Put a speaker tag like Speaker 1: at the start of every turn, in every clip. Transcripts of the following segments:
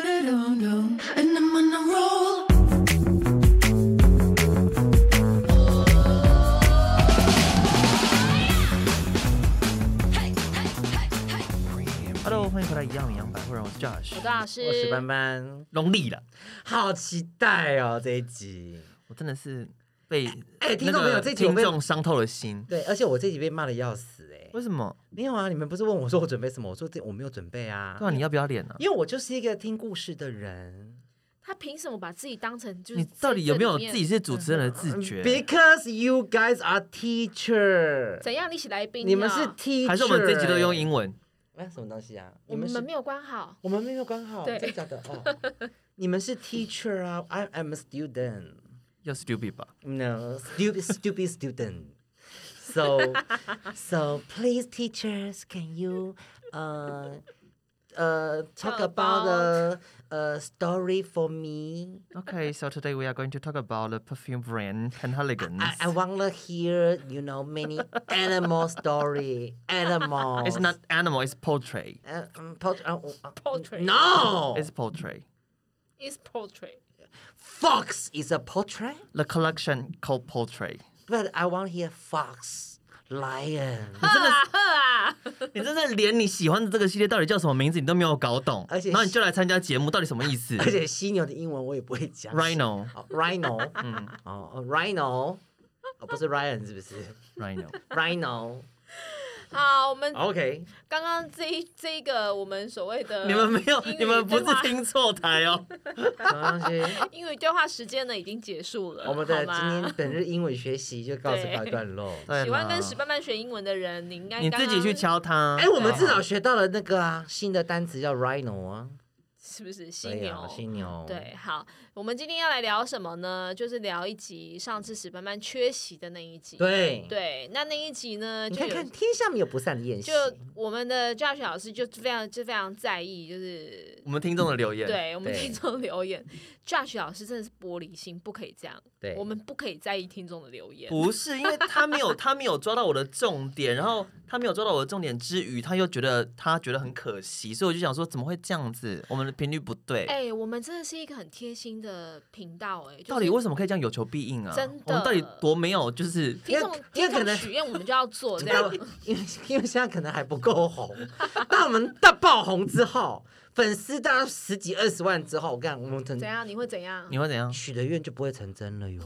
Speaker 1: And I'm on a roll.
Speaker 2: 哈喽，欢迎回来，一样米阳百货人，我是 Josh，
Speaker 3: 我是老师
Speaker 2: 我是班班，农历了，
Speaker 4: 好期待哦这一集。
Speaker 2: 我真的是被
Speaker 4: 哎听
Speaker 2: 那
Speaker 4: 众朋友
Speaker 2: 个
Speaker 4: 这集我
Speaker 2: 听
Speaker 4: 被
Speaker 2: 众伤透了心。
Speaker 4: 对，而且我这集被骂的要死哎、
Speaker 2: 为什么？
Speaker 4: 没有啊，你们不是问我说我准备什么？我说这我没有准备啊
Speaker 2: 对，啊，你要不要脸呢、啊？
Speaker 4: 因为我就是一个听故事的人。
Speaker 3: 他凭什么把自己当成就是？
Speaker 2: 你到底有没有自己是主持人的自觉？
Speaker 4: 嗯 Because you guys are teacher，
Speaker 3: 怎样？你起来宾啊，
Speaker 4: 你们是 teacher，
Speaker 2: 还是我们这集都用英
Speaker 4: 文？
Speaker 2: 文？
Speaker 4: 哎、什么东西啊？
Speaker 3: 我
Speaker 4: 你
Speaker 3: 们
Speaker 4: 是
Speaker 3: 没有关好。
Speaker 4: 我们没有刚好，
Speaker 3: 对
Speaker 4: 真的假的哦。你们是 teacher 啊，I am a student。
Speaker 2: 要 stupid 吧？
Speaker 4: No, stupid, stupid student. So, so please, teachers, can you, uh, uh, talk
Speaker 3: Talk
Speaker 4: about the uh, story for me?
Speaker 2: Okay, so today we are going to talk about the perfume brand Penhaligans.
Speaker 4: I, I want to hear, you know, many animal story. Animals.
Speaker 2: It's not animal, it's poultry.
Speaker 4: Uh, um, pot- uh, uh,
Speaker 3: Poultry.
Speaker 4: No,
Speaker 2: It's poultry.
Speaker 3: Is portrait
Speaker 4: fox is a portrait,
Speaker 2: The collection called poultry.
Speaker 4: but I want to hear fox, lion.
Speaker 3: 啊？
Speaker 2: 你真的连你喜欢的这个系列到底叫什么名字你都没有搞懂，
Speaker 4: 而且
Speaker 2: 然后你就来参加节目，到底什么意思
Speaker 4: 而且犀牛的英文我也不会讲。
Speaker 2: ？Rhino,
Speaker 4: 哦，Rhino，嗯，哦哦，Rhino，哦，不是 Ryan 是不是
Speaker 2: Rhino，
Speaker 4: ？Rhino，OK，
Speaker 3: 好，我们刚刚这一这一个我们所谓 的
Speaker 2: 你们没有
Speaker 3: 嗯英语，
Speaker 2: 你们不是
Speaker 3: 对话
Speaker 2: 听错台哦。
Speaker 4: 什么东西？
Speaker 3: 英语对话时间呢，已经结束了。
Speaker 4: 我们的
Speaker 3: 好
Speaker 4: 今
Speaker 3: 吗
Speaker 4: 天本日英文学习就告此
Speaker 3: 对
Speaker 4: 告一段落。
Speaker 2: 对
Speaker 3: 喜欢
Speaker 2: 啦
Speaker 3: 跟史班班学英文的人，你应该
Speaker 2: 你
Speaker 3: 刚
Speaker 2: 自
Speaker 3: 刚
Speaker 2: 己去敲它。
Speaker 4: 哎，我们至少学到了那个啊新的单词叫 Rhino 啊，
Speaker 3: 是不是犀
Speaker 4: 对
Speaker 3: 牛
Speaker 4: 呀，？犀牛，
Speaker 3: 对，好，我们今天要来聊什么呢？就是聊一集上次史班班缺席的那一集。
Speaker 4: 对，
Speaker 3: 对，那那一集呢，
Speaker 4: 你
Speaker 3: 就
Speaker 4: 看
Speaker 3: 有
Speaker 4: 看天下没有不散的宴席
Speaker 3: 就。我们的教学老师就非常就非常在意，就是
Speaker 2: 我们听众的留言，，
Speaker 3: 对我们
Speaker 4: 对
Speaker 3: 听众留言，Josh 老师真的是玻璃心，不可以这样。
Speaker 4: 对
Speaker 3: 我们不可以在意听众的留言。
Speaker 2: 不是因为他没有 他没有抓到我的重点，然后他没有抓到我的重点之余，他又觉得他觉得很可惜，所以我就想说怎么会这样子？我们的频率不对，
Speaker 3: 哎、我们真的是一个很贴心的频道、哎，就是
Speaker 2: 到底为什么可以这样有求必应啊？
Speaker 3: 真的
Speaker 2: 我们到底多没有就是
Speaker 3: 听
Speaker 4: 因
Speaker 3: 众
Speaker 4: 为
Speaker 3: 听
Speaker 4: 因为可
Speaker 3: 众
Speaker 4: 能
Speaker 3: 许愿我们就要 做这
Speaker 4: 因
Speaker 3: 样
Speaker 4: 为？ 因为因为现在可能还不够红，当我们大爆红之后，粉丝到十几二十万之后，我看我们
Speaker 3: 怎
Speaker 4: 等
Speaker 3: 样？你会怎样？
Speaker 2: 你会怎样？
Speaker 4: 许的愿就不会成真了哟。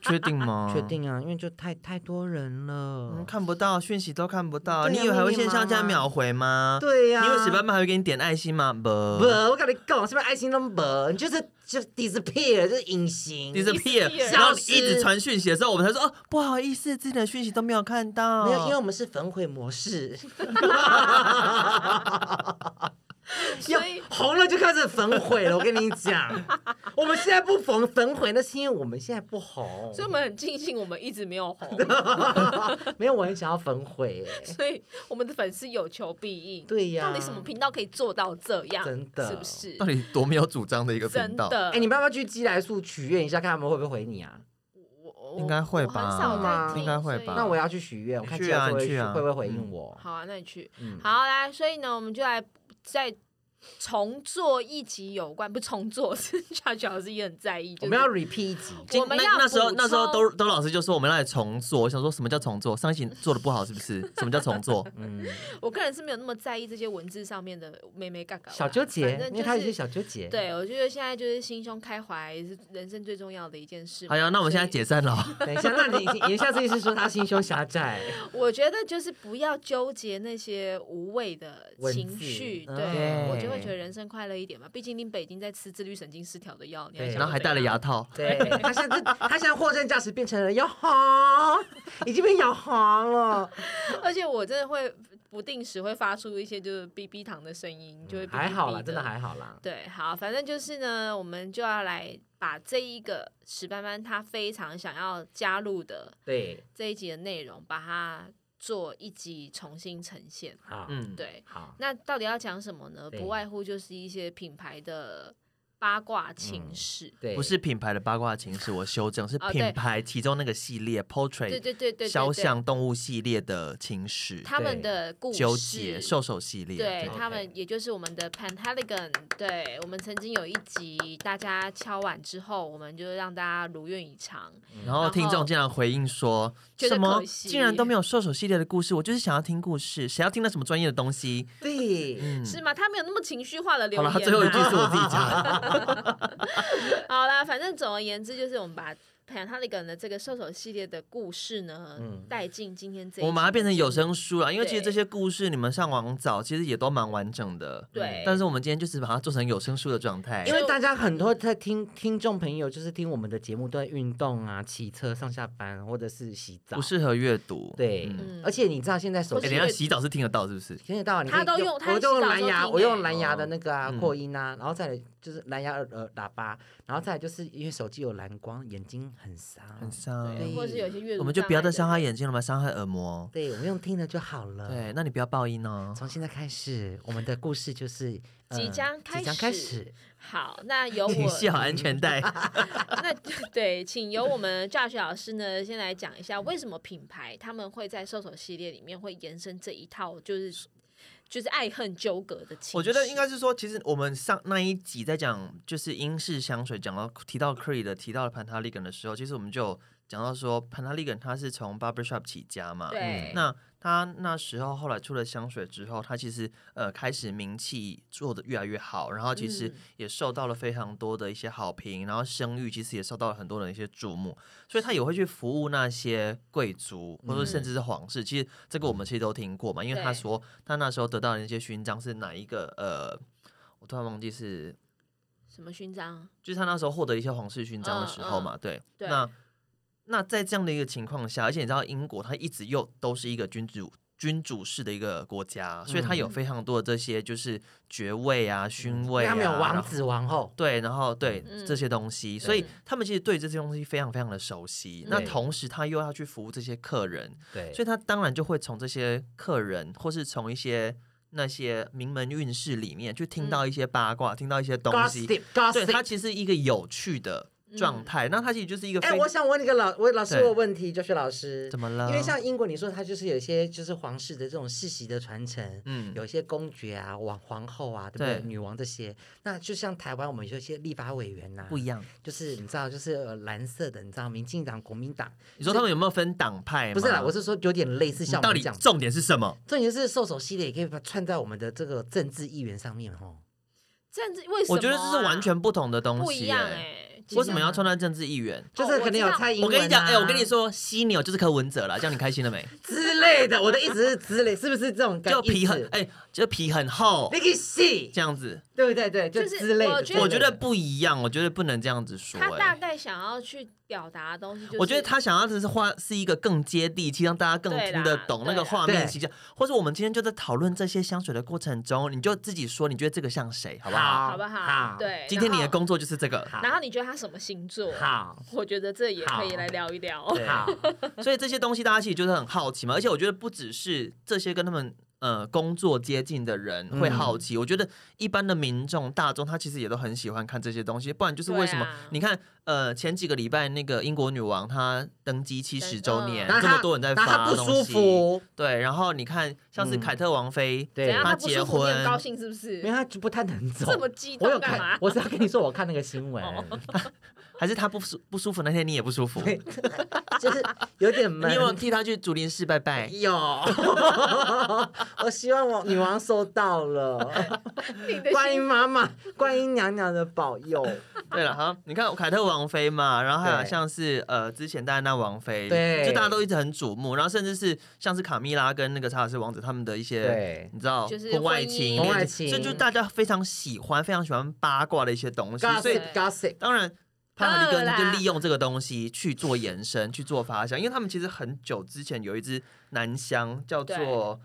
Speaker 2: 确定吗？
Speaker 4: 确。定啊，因为就太太多人了。
Speaker 2: 嗯，看不到讯息都看不到，
Speaker 4: 对啊
Speaker 2: 你以为还会线上加
Speaker 4: 密密麻麻
Speaker 2: 秒回吗？、
Speaker 4: 对呀、
Speaker 2: 你以为史班班还会给你点爱心吗？不
Speaker 4: 不，我跟你讲，是不是爱心都没？你就是就 disappear，就是隐形。
Speaker 2: disappear，
Speaker 3: disappear
Speaker 2: 然后
Speaker 4: 消
Speaker 2: 你
Speaker 4: 失
Speaker 2: 一直传讯息的时候，我们才说哦，不好意思，自己的讯息都没有看到。
Speaker 4: 没有，因为我们是焚毁模式，要
Speaker 3: 所以
Speaker 4: 红了就开始焚毁了。我跟你讲，我们现在不焚焚毁，那是因为我们现在不红
Speaker 3: 所。以我们很庆幸我们一直没有红，
Speaker 2: 啊
Speaker 4: 没有，我很想要焚毁、欸，
Speaker 3: 所以我们的粉丝有求必应。
Speaker 4: 对呀
Speaker 3: 到底什么频道可以做到这样？
Speaker 4: 真的
Speaker 3: 是不是？
Speaker 2: 到底多没有主张的一个频
Speaker 3: 真
Speaker 2: 道？
Speaker 3: 的？
Speaker 4: 哎、你们要不要去寄来素许愿一下，看他们会不会回你啊？
Speaker 3: 我我
Speaker 2: 应该会吧
Speaker 3: 我很少在听
Speaker 2: 应该会吧
Speaker 3: 所以
Speaker 4: 那我要去许愿，我看
Speaker 2: 去
Speaker 4: 寄来
Speaker 2: 啊
Speaker 4: 素会
Speaker 2: 你去啊
Speaker 4: 会不会回应我？
Speaker 3: 好啊，那你去。
Speaker 4: 嗯
Speaker 3: 好来，所以呢，我们就来再重做一集有关，不重做， 是恰巧是也很在意，
Speaker 4: 我
Speaker 3: 就是
Speaker 4: 们要 repeat 一集。
Speaker 2: 今
Speaker 3: 我们
Speaker 2: 那
Speaker 3: 要
Speaker 2: 那时候
Speaker 3: 补
Speaker 2: 那时候
Speaker 3: 充
Speaker 2: 都都老师就说我们要来重做，我想说什么叫重做？上一期做的不好是不是？ 什么叫重做？
Speaker 4: 嗯，
Speaker 3: 我个人是没有那么在意这些文字上面的妹妹嘎嘎啦，
Speaker 4: 小纠结
Speaker 3: 反，正
Speaker 4: 因
Speaker 3: 就
Speaker 4: 为他有些
Speaker 3: 是。
Speaker 4: 小纠结。
Speaker 3: 对，我觉得现在就是心胸开怀是人生最重要的一件事嘛。
Speaker 2: 好呀，那我们现在
Speaker 3: 所以
Speaker 2: 解散了。
Speaker 4: 等一下，那你言下之意是说他心胸狭窄？
Speaker 3: 我觉得就是不要纠结那些无谓的
Speaker 4: 文
Speaker 3: 情
Speaker 4: 字
Speaker 3: 绪，
Speaker 4: 嗯
Speaker 3: 对我就会
Speaker 4: 对
Speaker 3: 觉得人生快乐一点嘛。毕竟林北已经在吃自律神经失调的药，你还
Speaker 4: 对
Speaker 3: 想
Speaker 2: 然后还
Speaker 3: 怎
Speaker 2: 戴了
Speaker 3: 样
Speaker 2: 牙套，
Speaker 4: 对他现在他现在货真价实变成了摇行，已经被摇行了。
Speaker 3: 而且我真的会不定时会发出一些就是哔哔糖的声音，就会哔哔哔
Speaker 4: 嗯还好啦，
Speaker 3: 的
Speaker 4: 真的还好啦。
Speaker 3: 对。好，反正就是呢，我们就要来把这一个史班班他非常想要加入的
Speaker 4: 对，
Speaker 3: 这一集的内容，把它做一集重新呈现。
Speaker 4: 好，
Speaker 2: 嗯，
Speaker 3: 对，
Speaker 4: 好，
Speaker 3: 那到底要讲什么呢？
Speaker 4: 对
Speaker 3: 不外乎就是一些品牌的。八
Speaker 4: 嗯
Speaker 3: 卦情史。
Speaker 4: 对，
Speaker 2: 不是品牌的八卦情史，我修正，是
Speaker 3: 哦对
Speaker 2: 品牌其中那个系列 Portrait
Speaker 3: 对对对对对
Speaker 2: 肖
Speaker 3: 对，
Speaker 2: 像动物系列的情史，
Speaker 3: 他们
Speaker 4: 对
Speaker 3: 的故
Speaker 2: 纠结
Speaker 3: 事。
Speaker 2: 兽首系列，
Speaker 3: 对
Speaker 4: 对
Speaker 3: 他们，也就是我们的 Pantalegon，对我们曾经有一集，大家敲碗之后，我们就让大家如愿以偿。
Speaker 2: 然后
Speaker 3: 然
Speaker 2: 听
Speaker 3: 后
Speaker 2: 众竟然回应说：“
Speaker 3: 觉得
Speaker 2: 什么
Speaker 3: 可惜
Speaker 2: 竟然都没有兽首系列的故事？我就是想要听故事，谁要听到什么专业的东西
Speaker 4: 对？”，
Speaker 2: 嗯，
Speaker 3: 是吗？他没有那么情绪化的留
Speaker 2: 好了，
Speaker 3: 言、
Speaker 2: 他
Speaker 3: 啊。
Speaker 2: 最后一句是我自己加的。
Speaker 3: 好啦，反正总而言之，就是我们把 Pantalegon 的这个兽首系列的故事呢，
Speaker 4: 嗯
Speaker 3: 带进今天这一集。
Speaker 2: 我把它变成有声书了，因为其实
Speaker 3: 对
Speaker 2: 这些故事你们上网找，其实也都蛮完整的。
Speaker 3: 对
Speaker 2: 但是我们今天就是把它做成有声书的状态
Speaker 4: 因。为大家
Speaker 2: 嗯
Speaker 4: 很多在听听众朋友，就是听我们的节目都在运动啊、骑车、上下班啊或者是洗澡
Speaker 2: 不。适合阅读，
Speaker 4: 对，
Speaker 2: 嗯
Speaker 4: 而且你知道现在手
Speaker 2: 哎、
Speaker 4: 机
Speaker 2: 等一下洗澡是听得到是不是？
Speaker 4: 听得到，你可以
Speaker 3: 他都用他
Speaker 4: 我都用
Speaker 3: 洗澡的
Speaker 4: 蓝
Speaker 3: 时候
Speaker 4: 牙，
Speaker 3: 听
Speaker 4: 我用
Speaker 3: 欸
Speaker 4: 蓝牙的那个啊
Speaker 2: 嗯
Speaker 4: 扩音啊，然后再来就是蓝牙耳耳喇叭，然后再来就是因为手机有蓝光，眼睛很伤。
Speaker 2: 很像，
Speaker 4: 对
Speaker 3: 或者是有一些阅读，
Speaker 2: 我们就不要再伤害。眼睛了嘛，伤害耳膜。
Speaker 4: 对，我们用听的就好
Speaker 3: 嗯
Speaker 4: 了。，
Speaker 2: 对，那你不要爆音哦。
Speaker 4: 从现在开始，我们的故事就是、
Speaker 2: 嗯
Speaker 4: 呃
Speaker 3: 即将开
Speaker 4: 即将开
Speaker 3: 始
Speaker 4: 始。
Speaker 3: 好，那 由
Speaker 2: 你系
Speaker 3: 我
Speaker 2: 好安全带。
Speaker 3: 那 对，请由我们 Josh 老师呢，先来讲一下为什么品牌他们会在兽首系列里面会延伸这一套，就是就是爱恨纠葛的情。
Speaker 2: 我觉得应该是说，其实我们上那一集在讲就是英式香水，讲到提到 Creed 的，提到 Pantaleon 的时候，其实我们就有讲到说 Pantaleon 它是从 Barbershop 起家嘛，
Speaker 3: 对，
Speaker 2: 嗯那他那时候后来出了香水之后，他其实呃开始名气做得越来越好，然后其实
Speaker 3: 嗯
Speaker 2: 也受到了非常多的一些好评，然后声誉其实也受到了很多人的一些注目，所以他也会去服务那些贵族或者甚至是皇室。其实这个我们其实都听过嘛，因为他
Speaker 3: 嗯对
Speaker 2: 说他那时候得到的那些勋章是哪一个呃。我突然忘记是，
Speaker 3: 什么勋章？
Speaker 2: 就是他那时候获得一些皇室勋章的
Speaker 3: 嗯
Speaker 2: 时候嘛，对，
Speaker 3: 对
Speaker 2: 那那在这样的一个情况下，而且你知道英国它一直又都是一个君主君主式的一个国家，所以它有
Speaker 4: 嗯
Speaker 2: 非常多的这些就是爵位啊、勋
Speaker 4: 因为
Speaker 2: 位啊，
Speaker 4: 嗯他们有
Speaker 2: 然
Speaker 4: 王
Speaker 2: 后
Speaker 4: 子王后，
Speaker 2: 对，然后对、
Speaker 3: 嗯
Speaker 2: 这些东西，所以
Speaker 3: 对
Speaker 2: 他们其实对这些东西非常非常的熟悉。那
Speaker 4: 对
Speaker 2: 同时他又要去服务这些客人，
Speaker 4: 对
Speaker 2: 所以他当然就会从这些客人或是从一些那些名门运势里面去听
Speaker 4: 嗯
Speaker 2: 到一些八卦，听到一些东西。对，它
Speaker 4: gossip，gossip。
Speaker 2: 其实是一个有趣的状态。那它其实就是一个非
Speaker 4: 嗯哎、我想问你个老，我老师，
Speaker 2: 对
Speaker 4: 我有问题，就是老师，
Speaker 2: 怎么了？
Speaker 4: 因为像英国，你说它就是有一些就是皇室的这种世袭的传承，
Speaker 2: 嗯
Speaker 4: 有一些公爵啊、王皇后啊，对不对？
Speaker 2: 对
Speaker 4: 女王这些，那就像台湾，我们有一些立法委员呐、
Speaker 2: 不一样。
Speaker 4: 就是你知道，就是呃蓝色的，你知道，民进党、国民党，
Speaker 2: 你说他们有没有分党派吗？
Speaker 4: 不是啦，我是说有点类似
Speaker 2: 你
Speaker 4: 像我
Speaker 2: 到
Speaker 4: 们
Speaker 2: 底
Speaker 4: 这样，
Speaker 2: 重点是什么？
Speaker 4: 重点是兽首系列也可以把它串在我们的这个政治议员上面哦。
Speaker 3: 政治为什么啊、
Speaker 2: 我觉得这是完全不同的东西、
Speaker 3: 不一样
Speaker 2: 欸
Speaker 3: 哎、
Speaker 2: 为什么要穿到政治议员？
Speaker 4: 就是
Speaker 3: 我
Speaker 4: 可能有
Speaker 3: 知道
Speaker 4: 蔡英
Speaker 2: 我
Speaker 4: 文、啊
Speaker 2: 跟你讲，哎、我跟你说，犀牛就是柯文哲啦，这样你开心了 没？
Speaker 4: 之类的，我的意思是之类，是不是这种感
Speaker 2: 就皮很
Speaker 4: 意思
Speaker 2: 哎、就皮很厚，
Speaker 4: 那个戏，
Speaker 2: 这样子，
Speaker 4: 对不对？对，就
Speaker 3: 就是
Speaker 4: 之类的。
Speaker 3: 我
Speaker 4: 之
Speaker 3: 觉
Speaker 4: 类的
Speaker 2: 我觉得不一样，我觉得不能这样子说、
Speaker 3: 他大
Speaker 2: 哎，
Speaker 3: 概想要去表达的东西、就是，
Speaker 2: 我觉得他想要的是画是一个更接地气，让大家更
Speaker 3: 对啦
Speaker 2: 听得懂那
Speaker 3: 对
Speaker 2: 个
Speaker 3: 啦
Speaker 2: 画面
Speaker 4: 对
Speaker 2: 形象，或者我们今天就在讨论这些香水的过程中，你就自己说你觉得这个像谁，好不好？
Speaker 4: 好
Speaker 3: 好不
Speaker 4: 好
Speaker 3: 对，
Speaker 2: 今天你的
Speaker 3: 然后
Speaker 2: 工作就是这个，
Speaker 4: 好
Speaker 3: 然后你觉得他什么星座？
Speaker 4: 好
Speaker 3: 我觉得这也可以
Speaker 4: 好
Speaker 3: 来聊一聊。
Speaker 2: 对
Speaker 4: 好，
Speaker 2: 所以这些东西大家其实就是很好奇嘛，而且我觉得不只是这些跟他们呃工作接近的人会好奇，我觉得一般的民众大众他其实也都很喜欢看这些东西，不然就是为什么、
Speaker 3: 对啊
Speaker 2: 你看呃前几个礼拜那个英国女王她登基七十周年，
Speaker 4: 然后
Speaker 2: 这
Speaker 4: 他
Speaker 2: 么多人在
Speaker 4: 然后
Speaker 2: 发
Speaker 4: 他不
Speaker 2: 东
Speaker 4: 舒
Speaker 2: 西，
Speaker 4: 服，
Speaker 2: 对，然后你看像是
Speaker 4: 嗯
Speaker 2: 凯特王妃，
Speaker 3: 怎
Speaker 4: 对
Speaker 3: 样？
Speaker 2: 他
Speaker 3: 他不舒服，
Speaker 2: 结
Speaker 3: 你
Speaker 2: 婚
Speaker 3: 很高兴是不
Speaker 4: 因为
Speaker 3: 是？
Speaker 4: 他就不太能走。
Speaker 3: 这么激
Speaker 4: 我有
Speaker 3: 动干嘛
Speaker 4: 看，？我是要跟你说，我看那个新闻，
Speaker 2: 哦还是她不舒不舒服那天你也不舒服，
Speaker 4: 对 就是有点闷
Speaker 2: 你。有没有替她去竹林寺拜拜？
Speaker 4: 有， 我希望我女王收到 了，
Speaker 3: 你的
Speaker 4: 观音
Speaker 3: 心
Speaker 4: 妈妈、观音娘娘的保佑。
Speaker 2: 对了，好，你看凯特王妃嘛，然后还有
Speaker 4: 对
Speaker 2: 像是呃之前戴安娜王妃，
Speaker 4: 对
Speaker 2: 就大家都一直很瞩目，然后甚至是像是卡米拉跟那个查尔斯王子他们的一些。
Speaker 4: 对，
Speaker 2: 你知道
Speaker 3: 就是
Speaker 2: 婚外
Speaker 3: 婚
Speaker 2: 情，
Speaker 3: 姻
Speaker 4: 婚外情
Speaker 2: 这就大家非常喜欢，非常喜欢八卦的一些东西，所以
Speaker 4: gossip
Speaker 3: 对
Speaker 4: gossip，
Speaker 2: 当然。帕
Speaker 3: 当
Speaker 2: 玛
Speaker 3: 然
Speaker 2: 丽根
Speaker 3: 啦
Speaker 2: 就利用这个东西去做延伸，去做发想，因为他们其实很久之前有一支男香叫
Speaker 3: 对
Speaker 2: 做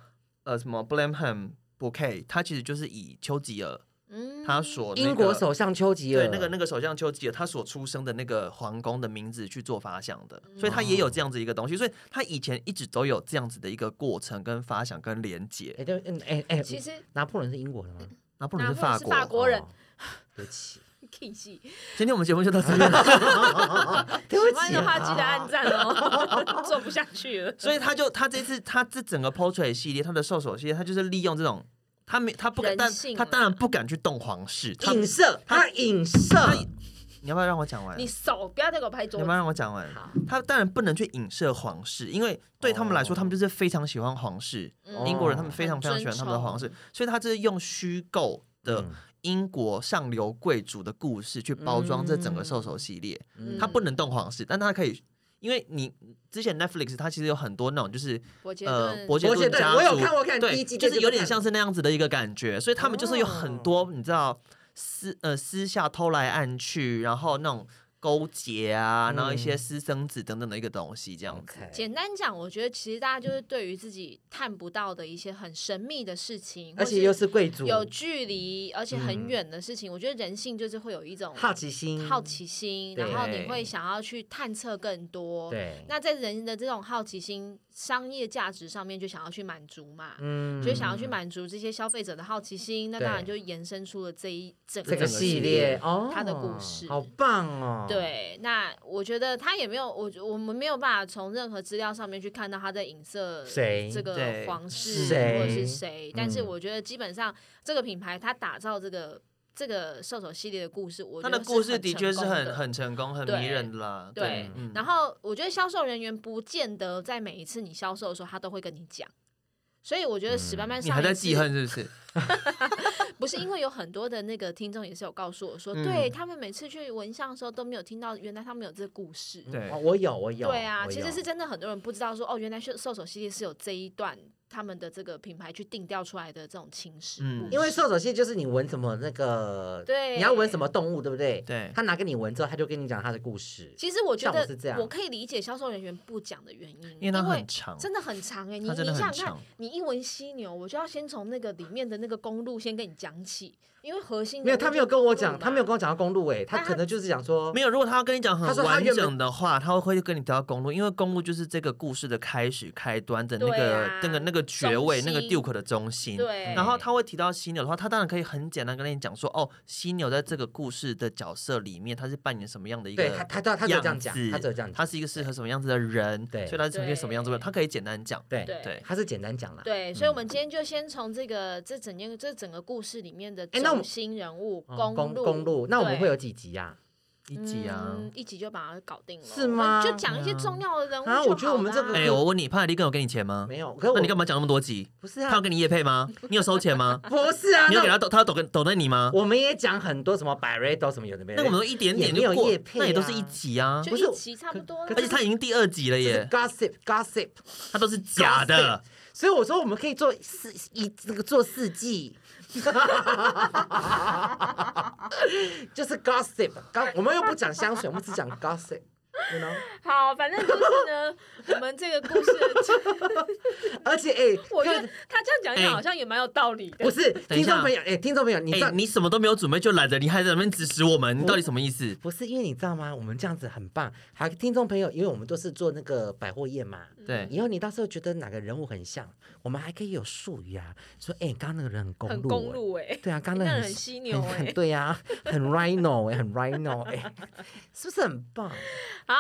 Speaker 2: 呃什么 Blenheim Bouquet，它其实就是以丘吉尔
Speaker 3: 嗯
Speaker 2: 他所、那个、
Speaker 4: 英国首相丘吉
Speaker 2: 对，
Speaker 4: 尔
Speaker 2: 那个那个首相丘吉尔，他所出生的那个皇宫的名字去做发想的，所以他也有这样子一个东西，所以他以前一直都有这样子的一个过程跟发想跟连接。
Speaker 4: 哎对，嗯哎哎，
Speaker 3: 其实
Speaker 4: 拿破仑是英国的吗？
Speaker 2: 拿破仑是
Speaker 3: 拿破仑
Speaker 2: 法
Speaker 3: 是
Speaker 2: 国，
Speaker 3: 法国人
Speaker 4: 哦，对不起，
Speaker 3: K 系，
Speaker 2: 今天我们节目就到这里了，
Speaker 4: 哦对
Speaker 3: 喜
Speaker 4: 不
Speaker 3: 欢
Speaker 4: 起
Speaker 3: 的
Speaker 4: 啊
Speaker 3: 话记得按赞哦， 做不下去了。
Speaker 2: 所以他就他这次他这整个 portrait 系列，他的兽首系列，他就是利用这种他没他不敢，
Speaker 3: 人
Speaker 2: 但
Speaker 3: 性
Speaker 2: 他
Speaker 3: 嘛
Speaker 2: 当然不敢去动皇室。他
Speaker 4: 影
Speaker 2: 你
Speaker 4: 射，他影射，
Speaker 2: 要不要让我讲完？
Speaker 3: 你
Speaker 2: 你
Speaker 3: 手不要再给我拍桌
Speaker 2: 要不要
Speaker 3: 子。
Speaker 2: 让我讲完？
Speaker 3: 好，
Speaker 2: 他当然不能去影射皇室，因为对他们来说，
Speaker 4: 哦
Speaker 2: 他们就是非常喜欢皇室。
Speaker 3: 嗯
Speaker 2: 英国人他们
Speaker 4: 哦
Speaker 2: 非常非常喜欢他们的皇室
Speaker 3: 很，
Speaker 2: 所以他这是用虚构的
Speaker 4: 嗯
Speaker 2: 英国上流贵族的故事去包装这整个兽首系列。
Speaker 3: 嗯
Speaker 2: 他不能动皇室，但他可以，因为你之前 Netflix 它其实有很多那种就是
Speaker 3: 伯杰
Speaker 2: 呃
Speaker 3: 顿，
Speaker 2: 伯爵
Speaker 4: 伯爵
Speaker 2: 顿
Speaker 4: 顿
Speaker 2: 家族，
Speaker 4: 我有看我看第
Speaker 2: 对，
Speaker 4: 一集
Speaker 2: 就
Speaker 4: 第二
Speaker 2: 是
Speaker 4: 集
Speaker 2: 有
Speaker 4: 我
Speaker 2: 点
Speaker 4: 看
Speaker 2: 像是那样子的一个感觉，所以他们就是有
Speaker 3: 哦
Speaker 2: 很多、你知道私呃私下偷来暗去，然后那种勾结啊，然后一些
Speaker 4: 嗯
Speaker 2: 私生子等等的一个东西这样子。
Speaker 3: 简单讲，我觉得其实大家就是对于自己探不到的一些很神秘的事情，
Speaker 4: 而
Speaker 3: 或
Speaker 4: 且又是贵族，
Speaker 3: 有距离，而且很
Speaker 4: 嗯
Speaker 3: 远的事情，我觉得人性就是会有一种
Speaker 4: 好奇心，
Speaker 3: 好，奇心，
Speaker 4: 对
Speaker 3: 然后你会想要去探测更多。
Speaker 4: 对，
Speaker 3: 那在人的这种好奇心、商业价值上面，就想要去满足嘛，
Speaker 4: 嗯
Speaker 3: 就想要去满足这些消费者的好奇心，那
Speaker 4: 对
Speaker 3: 当然就延伸出了这一整
Speaker 4: 这个
Speaker 2: 整个系
Speaker 4: 系
Speaker 2: 列
Speaker 4: 列哦，
Speaker 3: 它的故事
Speaker 4: 好棒哦，，
Speaker 3: 对，那我觉得他也没有，我我们没有办法从任何资料上面去看到他在影射
Speaker 4: 谁
Speaker 3: 这个
Speaker 2: 对
Speaker 3: 皇室
Speaker 4: 谁
Speaker 3: 或者是谁，但是
Speaker 4: 嗯
Speaker 3: 我觉得基本上这个品牌它打造这个这个兽首系列的故事，我觉
Speaker 2: 他
Speaker 3: 得
Speaker 2: 的故事
Speaker 3: 很
Speaker 2: 的
Speaker 3: 成
Speaker 2: 确是
Speaker 3: 功
Speaker 2: 很
Speaker 3: 的
Speaker 2: 很成功、很
Speaker 3: 对
Speaker 2: 迷人的啦。
Speaker 3: 对
Speaker 2: 对，嗯，
Speaker 3: 然后我觉得销售人员不见得在每一次你销售的时候，他都会跟你讲。所以我觉得史班班
Speaker 2: 嗯你
Speaker 3: 上
Speaker 2: 还在
Speaker 3: 一次
Speaker 2: 记恨是不是？
Speaker 3: 不是因为有很多的那个听众也是有告诉我说，
Speaker 2: 嗯
Speaker 3: 对他们每次去闻香的时候都没有听到，原来他们有这个故事。
Speaker 2: 对
Speaker 4: 哦，我有，我有，
Speaker 3: 对啊，
Speaker 4: 我
Speaker 3: 其
Speaker 4: 有
Speaker 3: 实是真的很多人不知道说，哦，原来是兽首系列是有这一段他们的这个品牌去定调出来的这种情史
Speaker 2: 嗯
Speaker 3: 故事
Speaker 4: 因为兽首系就是你闻什么那个，
Speaker 3: 对
Speaker 4: 你要闻什么动物，对不对？
Speaker 2: 对
Speaker 4: 他拿给你闻之后，他就跟你讲他的故事。
Speaker 3: 其实我觉
Speaker 4: 像我是这
Speaker 3: 得
Speaker 4: 样
Speaker 3: 我可以理解销售人员不讲的原因，
Speaker 2: 因为它很长，
Speaker 3: 真的很长哎、你
Speaker 2: 它
Speaker 3: 你
Speaker 2: 真
Speaker 3: 想
Speaker 2: 的很
Speaker 3: 想看
Speaker 2: 长，
Speaker 3: 你一闻犀牛，我就要先从那个里面的那个公路先跟你讲起，因为核心的
Speaker 4: 没有，他没有跟我讲，
Speaker 3: 路嘛
Speaker 4: 他没有跟我讲到公路诶，
Speaker 3: 那
Speaker 4: 他
Speaker 3: 他
Speaker 4: 可能就是讲说
Speaker 2: 没有，如果他要跟你讲很
Speaker 4: 他说他
Speaker 2: 完
Speaker 4: 原本
Speaker 2: 整的话，他会跟你聊到公路，因为公路就是这个故事的开始、开端的那
Speaker 3: 对
Speaker 2: 个、
Speaker 3: 啊
Speaker 2: 那个、那个爵位、
Speaker 3: 中
Speaker 2: 那
Speaker 3: 心
Speaker 2: 个 duke 的中心。
Speaker 3: 对，
Speaker 2: 然后他会提到犀牛的话，他当然可以很简单跟你讲说，哦，犀牛在这个故事的角色里面，他是扮演什么样的一个
Speaker 4: 对他，他他他只有这样
Speaker 2: 样
Speaker 4: 讲，
Speaker 2: 子
Speaker 4: 他只有这样讲，
Speaker 2: 他是一个适合什么样子的人，
Speaker 4: 对
Speaker 2: 所以他是呈现什么样子的人，
Speaker 3: 对
Speaker 2: 他可以简单讲，
Speaker 4: 对，
Speaker 3: 对
Speaker 2: 对，
Speaker 4: 他是简单讲啦。
Speaker 3: 对，所以我
Speaker 4: 嗯
Speaker 3: 们今天就先从这个这整件这整个故事里面的
Speaker 4: 哎那我
Speaker 3: 中
Speaker 4: 们
Speaker 3: 心人物、
Speaker 4: 哦，
Speaker 3: 公路
Speaker 4: 公路，那我们
Speaker 3: 对
Speaker 4: 会有几集呀？
Speaker 2: 一集啊。
Speaker 3: 嗯一集就把它搞定了，
Speaker 4: 是吗
Speaker 3: 我们就讲一些重要的人物就好
Speaker 4: 啊
Speaker 3: 啦。
Speaker 4: 我觉得我们这个
Speaker 2: 哎、我问你，潘海利根有给你钱吗？
Speaker 4: 没有，可是
Speaker 2: 那你干
Speaker 4: 我
Speaker 2: 嘛讲那么多集？
Speaker 4: 不是
Speaker 2: 他有
Speaker 4: 啊，？
Speaker 2: 给你业配吗？你有收钱吗
Speaker 4: 不是啊，
Speaker 2: 你有给
Speaker 4: 那
Speaker 2: 他抖，他有抖跟抖在你吗？
Speaker 4: 我们也讲很多什么百瑞都什么有的没
Speaker 2: 那
Speaker 4: 的，
Speaker 2: 个我们都一点点
Speaker 4: 也没
Speaker 2: 就
Speaker 4: 有
Speaker 2: 过
Speaker 4: 业，配
Speaker 2: 那也都
Speaker 4: 啊
Speaker 2: 是一集啊，
Speaker 3: 就
Speaker 4: 不是
Speaker 3: 一集差不多了
Speaker 4: 可
Speaker 2: 而。且它已经第二集了
Speaker 4: 这是
Speaker 2: 耶，
Speaker 4: gossip gossip，
Speaker 2: 它都是假的。
Speaker 4: 所以我说我们可以做四一这个做四季。就是 gossip，刚我们又不讲香水，我们只讲 gossip，you know。
Speaker 3: 好，反正就是呢，我们这个 故事，
Speaker 4: 而且哎、
Speaker 3: 我觉
Speaker 4: 看
Speaker 3: 得他这样讲一讲
Speaker 2: 哎
Speaker 3: 好像也蛮有道理的。
Speaker 4: 不是
Speaker 2: 等一
Speaker 4: 听
Speaker 2: 下
Speaker 4: 众朋友，哎、听众朋友，你
Speaker 2: 哎、
Speaker 4: 知道、
Speaker 2: 你什么都没有准备就来的，你还在那边指使我们，你到底什么意思？
Speaker 4: 不是因为你知道吗？我们这样子很棒。还有听众朋友，因为我们都是做那个百货业嘛，
Speaker 2: 嗯对，
Speaker 4: 以后你到时候觉得哪个人物很像，我们还可以有术语啊，说哎，刚、刚那个人很公
Speaker 3: 很
Speaker 4: 路、
Speaker 3: 公路哎、
Speaker 4: 哎对啊，刚
Speaker 3: 那
Speaker 4: 刚那
Speaker 3: 人
Speaker 4: 个
Speaker 3: 很
Speaker 4: 很
Speaker 3: 犀牛哎、
Speaker 4: 很对呀、很 rhino 哎、很 rhino 哎、是不是很棒？
Speaker 3: 好，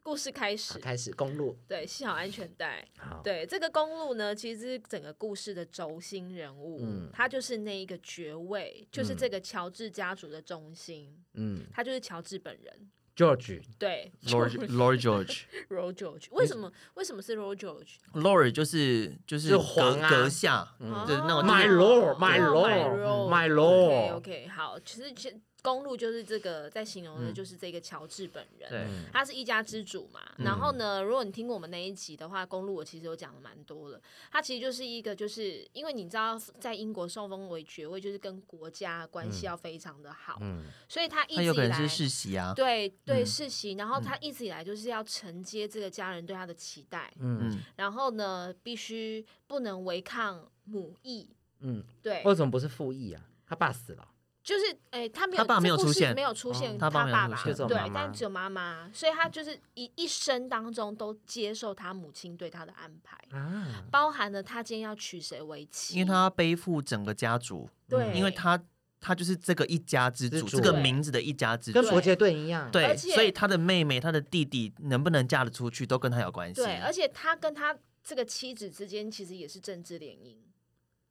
Speaker 3: 故事开
Speaker 4: 好
Speaker 3: 始，
Speaker 4: 开始公路，
Speaker 3: 对，系好安全带。
Speaker 4: 好，
Speaker 3: 对，这个公路呢，其实是整个故事的轴心人物，
Speaker 4: 嗯
Speaker 3: 他就是那一个爵位，就是
Speaker 4: 嗯
Speaker 3: 这个乔治家族的中心，
Speaker 4: 嗯
Speaker 3: 他就是乔治本人。
Speaker 4: ，George，
Speaker 3: 对
Speaker 2: Lord Lord George，Lord
Speaker 3: ，Roy George，为什么为什么是 Roy George？
Speaker 2: 就是就是
Speaker 4: 就
Speaker 2: 阁
Speaker 4: 皇啊
Speaker 2: 阁下，
Speaker 3: 哦
Speaker 4: 嗯
Speaker 2: 就是那种嗯
Speaker 4: My lord，my
Speaker 3: lord，my
Speaker 4: lord，my
Speaker 3: OK
Speaker 4: lord，
Speaker 3: OK，好，其实其实公路就是这个在形容的，就是这个乔治本
Speaker 2: 嗯
Speaker 3: 人。
Speaker 2: 对
Speaker 4: 嗯
Speaker 3: 他是一家之主嘛。然
Speaker 2: 嗯
Speaker 3: 后呢，如果你听过我们那一集的话，公路我其实有讲的蛮多了。他其实就是一个，就是因为你知道，在英国受封为爵位，就是跟国家关系要非常的好，
Speaker 4: 嗯，
Speaker 3: 所以他
Speaker 2: 他
Speaker 3: 一直以
Speaker 2: 有可能
Speaker 3: 来
Speaker 2: 是世袭啊。
Speaker 3: 对对
Speaker 2: 嗯
Speaker 3: 世袭，然后他一直以来就是要承接这个家人对他的期待，
Speaker 4: 嗯
Speaker 2: 嗯，
Speaker 3: 然后呢，必须不能违抗母意。
Speaker 4: 嗯，
Speaker 3: 对，
Speaker 4: 为什么不是复议啊？他爸死了，
Speaker 3: 就是诶、他没有
Speaker 2: 他爸
Speaker 3: 这
Speaker 2: 没有
Speaker 3: 故
Speaker 2: 出
Speaker 3: 事
Speaker 2: 现
Speaker 3: 没有出现
Speaker 4: 哦
Speaker 2: 他爸
Speaker 3: 爸
Speaker 2: 没有
Speaker 3: 爸
Speaker 2: 出
Speaker 4: 现就只有妈
Speaker 3: 对，
Speaker 4: 妈
Speaker 3: 但只有妈妈，所以他就是一一生当中都接受他母亲对他的安排，
Speaker 4: 啊，
Speaker 3: 包含了他今天要娶谁为妻，
Speaker 2: 因为他要背负整个家族，
Speaker 3: 对，
Speaker 2: 因为他他就是这个一家之主，
Speaker 4: 之主
Speaker 2: 这个名字的一家之主
Speaker 4: 跟。伯爵顿一样，
Speaker 2: 对，
Speaker 3: 而且
Speaker 2: 所以他的妹妹、他的弟弟能不能嫁得出去，都跟他有关系。
Speaker 3: 对，而且他跟他这个妻子之间其实也是政治联姻，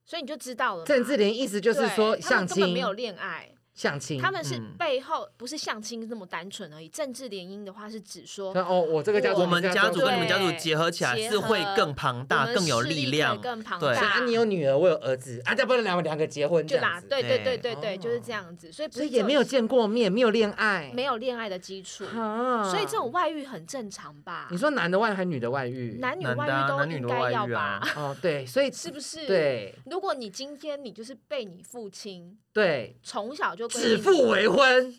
Speaker 3: 所以你就知道了嘛。
Speaker 4: 政治联意思就是
Speaker 3: 对
Speaker 4: 说
Speaker 3: 他
Speaker 4: 相
Speaker 3: 们根本
Speaker 4: 亲
Speaker 3: 没，有恋爱，
Speaker 4: 相亲，
Speaker 3: 他们是
Speaker 2: 嗯
Speaker 3: 背后不是相亲那么单纯而已。政治联姻的话是指说
Speaker 4: 那哦，我这个家族，
Speaker 2: 我们家族跟你们
Speaker 3: 对
Speaker 2: 家族结合起来
Speaker 3: 结合
Speaker 2: 是会更庞
Speaker 3: 我
Speaker 2: 大、
Speaker 3: 们
Speaker 2: 更有
Speaker 3: 势力
Speaker 2: 力
Speaker 3: 可以
Speaker 2: 量。
Speaker 3: 更庞
Speaker 2: 对
Speaker 4: 是
Speaker 3: 大。
Speaker 4: 啊，你有女儿，我有儿子，啊，这不能两两个结婚这
Speaker 3: 就
Speaker 4: 样
Speaker 3: 啦，
Speaker 4: 子，
Speaker 3: 对对
Speaker 2: 对
Speaker 3: 对对对，就是
Speaker 4: 哦
Speaker 3: 这样子，所以不
Speaker 4: 所
Speaker 3: 是
Speaker 4: 以也
Speaker 3: 只
Speaker 4: 没有见过面，没有恋爱，
Speaker 2: 嗯
Speaker 3: 没有恋爱的基础，
Speaker 4: 啊，
Speaker 3: 所以这种外遇很正常吧？
Speaker 4: 你说男的外遇还是女的外遇？
Speaker 3: 男女
Speaker 2: 男
Speaker 3: 外
Speaker 2: 的啊
Speaker 3: 遇都
Speaker 2: 男女
Speaker 3: 应
Speaker 2: 的
Speaker 3: 该
Speaker 2: 外
Speaker 3: 要
Speaker 2: 遇啊
Speaker 3: 吧？
Speaker 4: 哦，对，所以
Speaker 3: 是不是？。
Speaker 4: 对
Speaker 3: 如果你今天你就是被你父亲
Speaker 4: 对，
Speaker 3: 从小就规
Speaker 4: 指
Speaker 3: 定
Speaker 4: 腹为婚，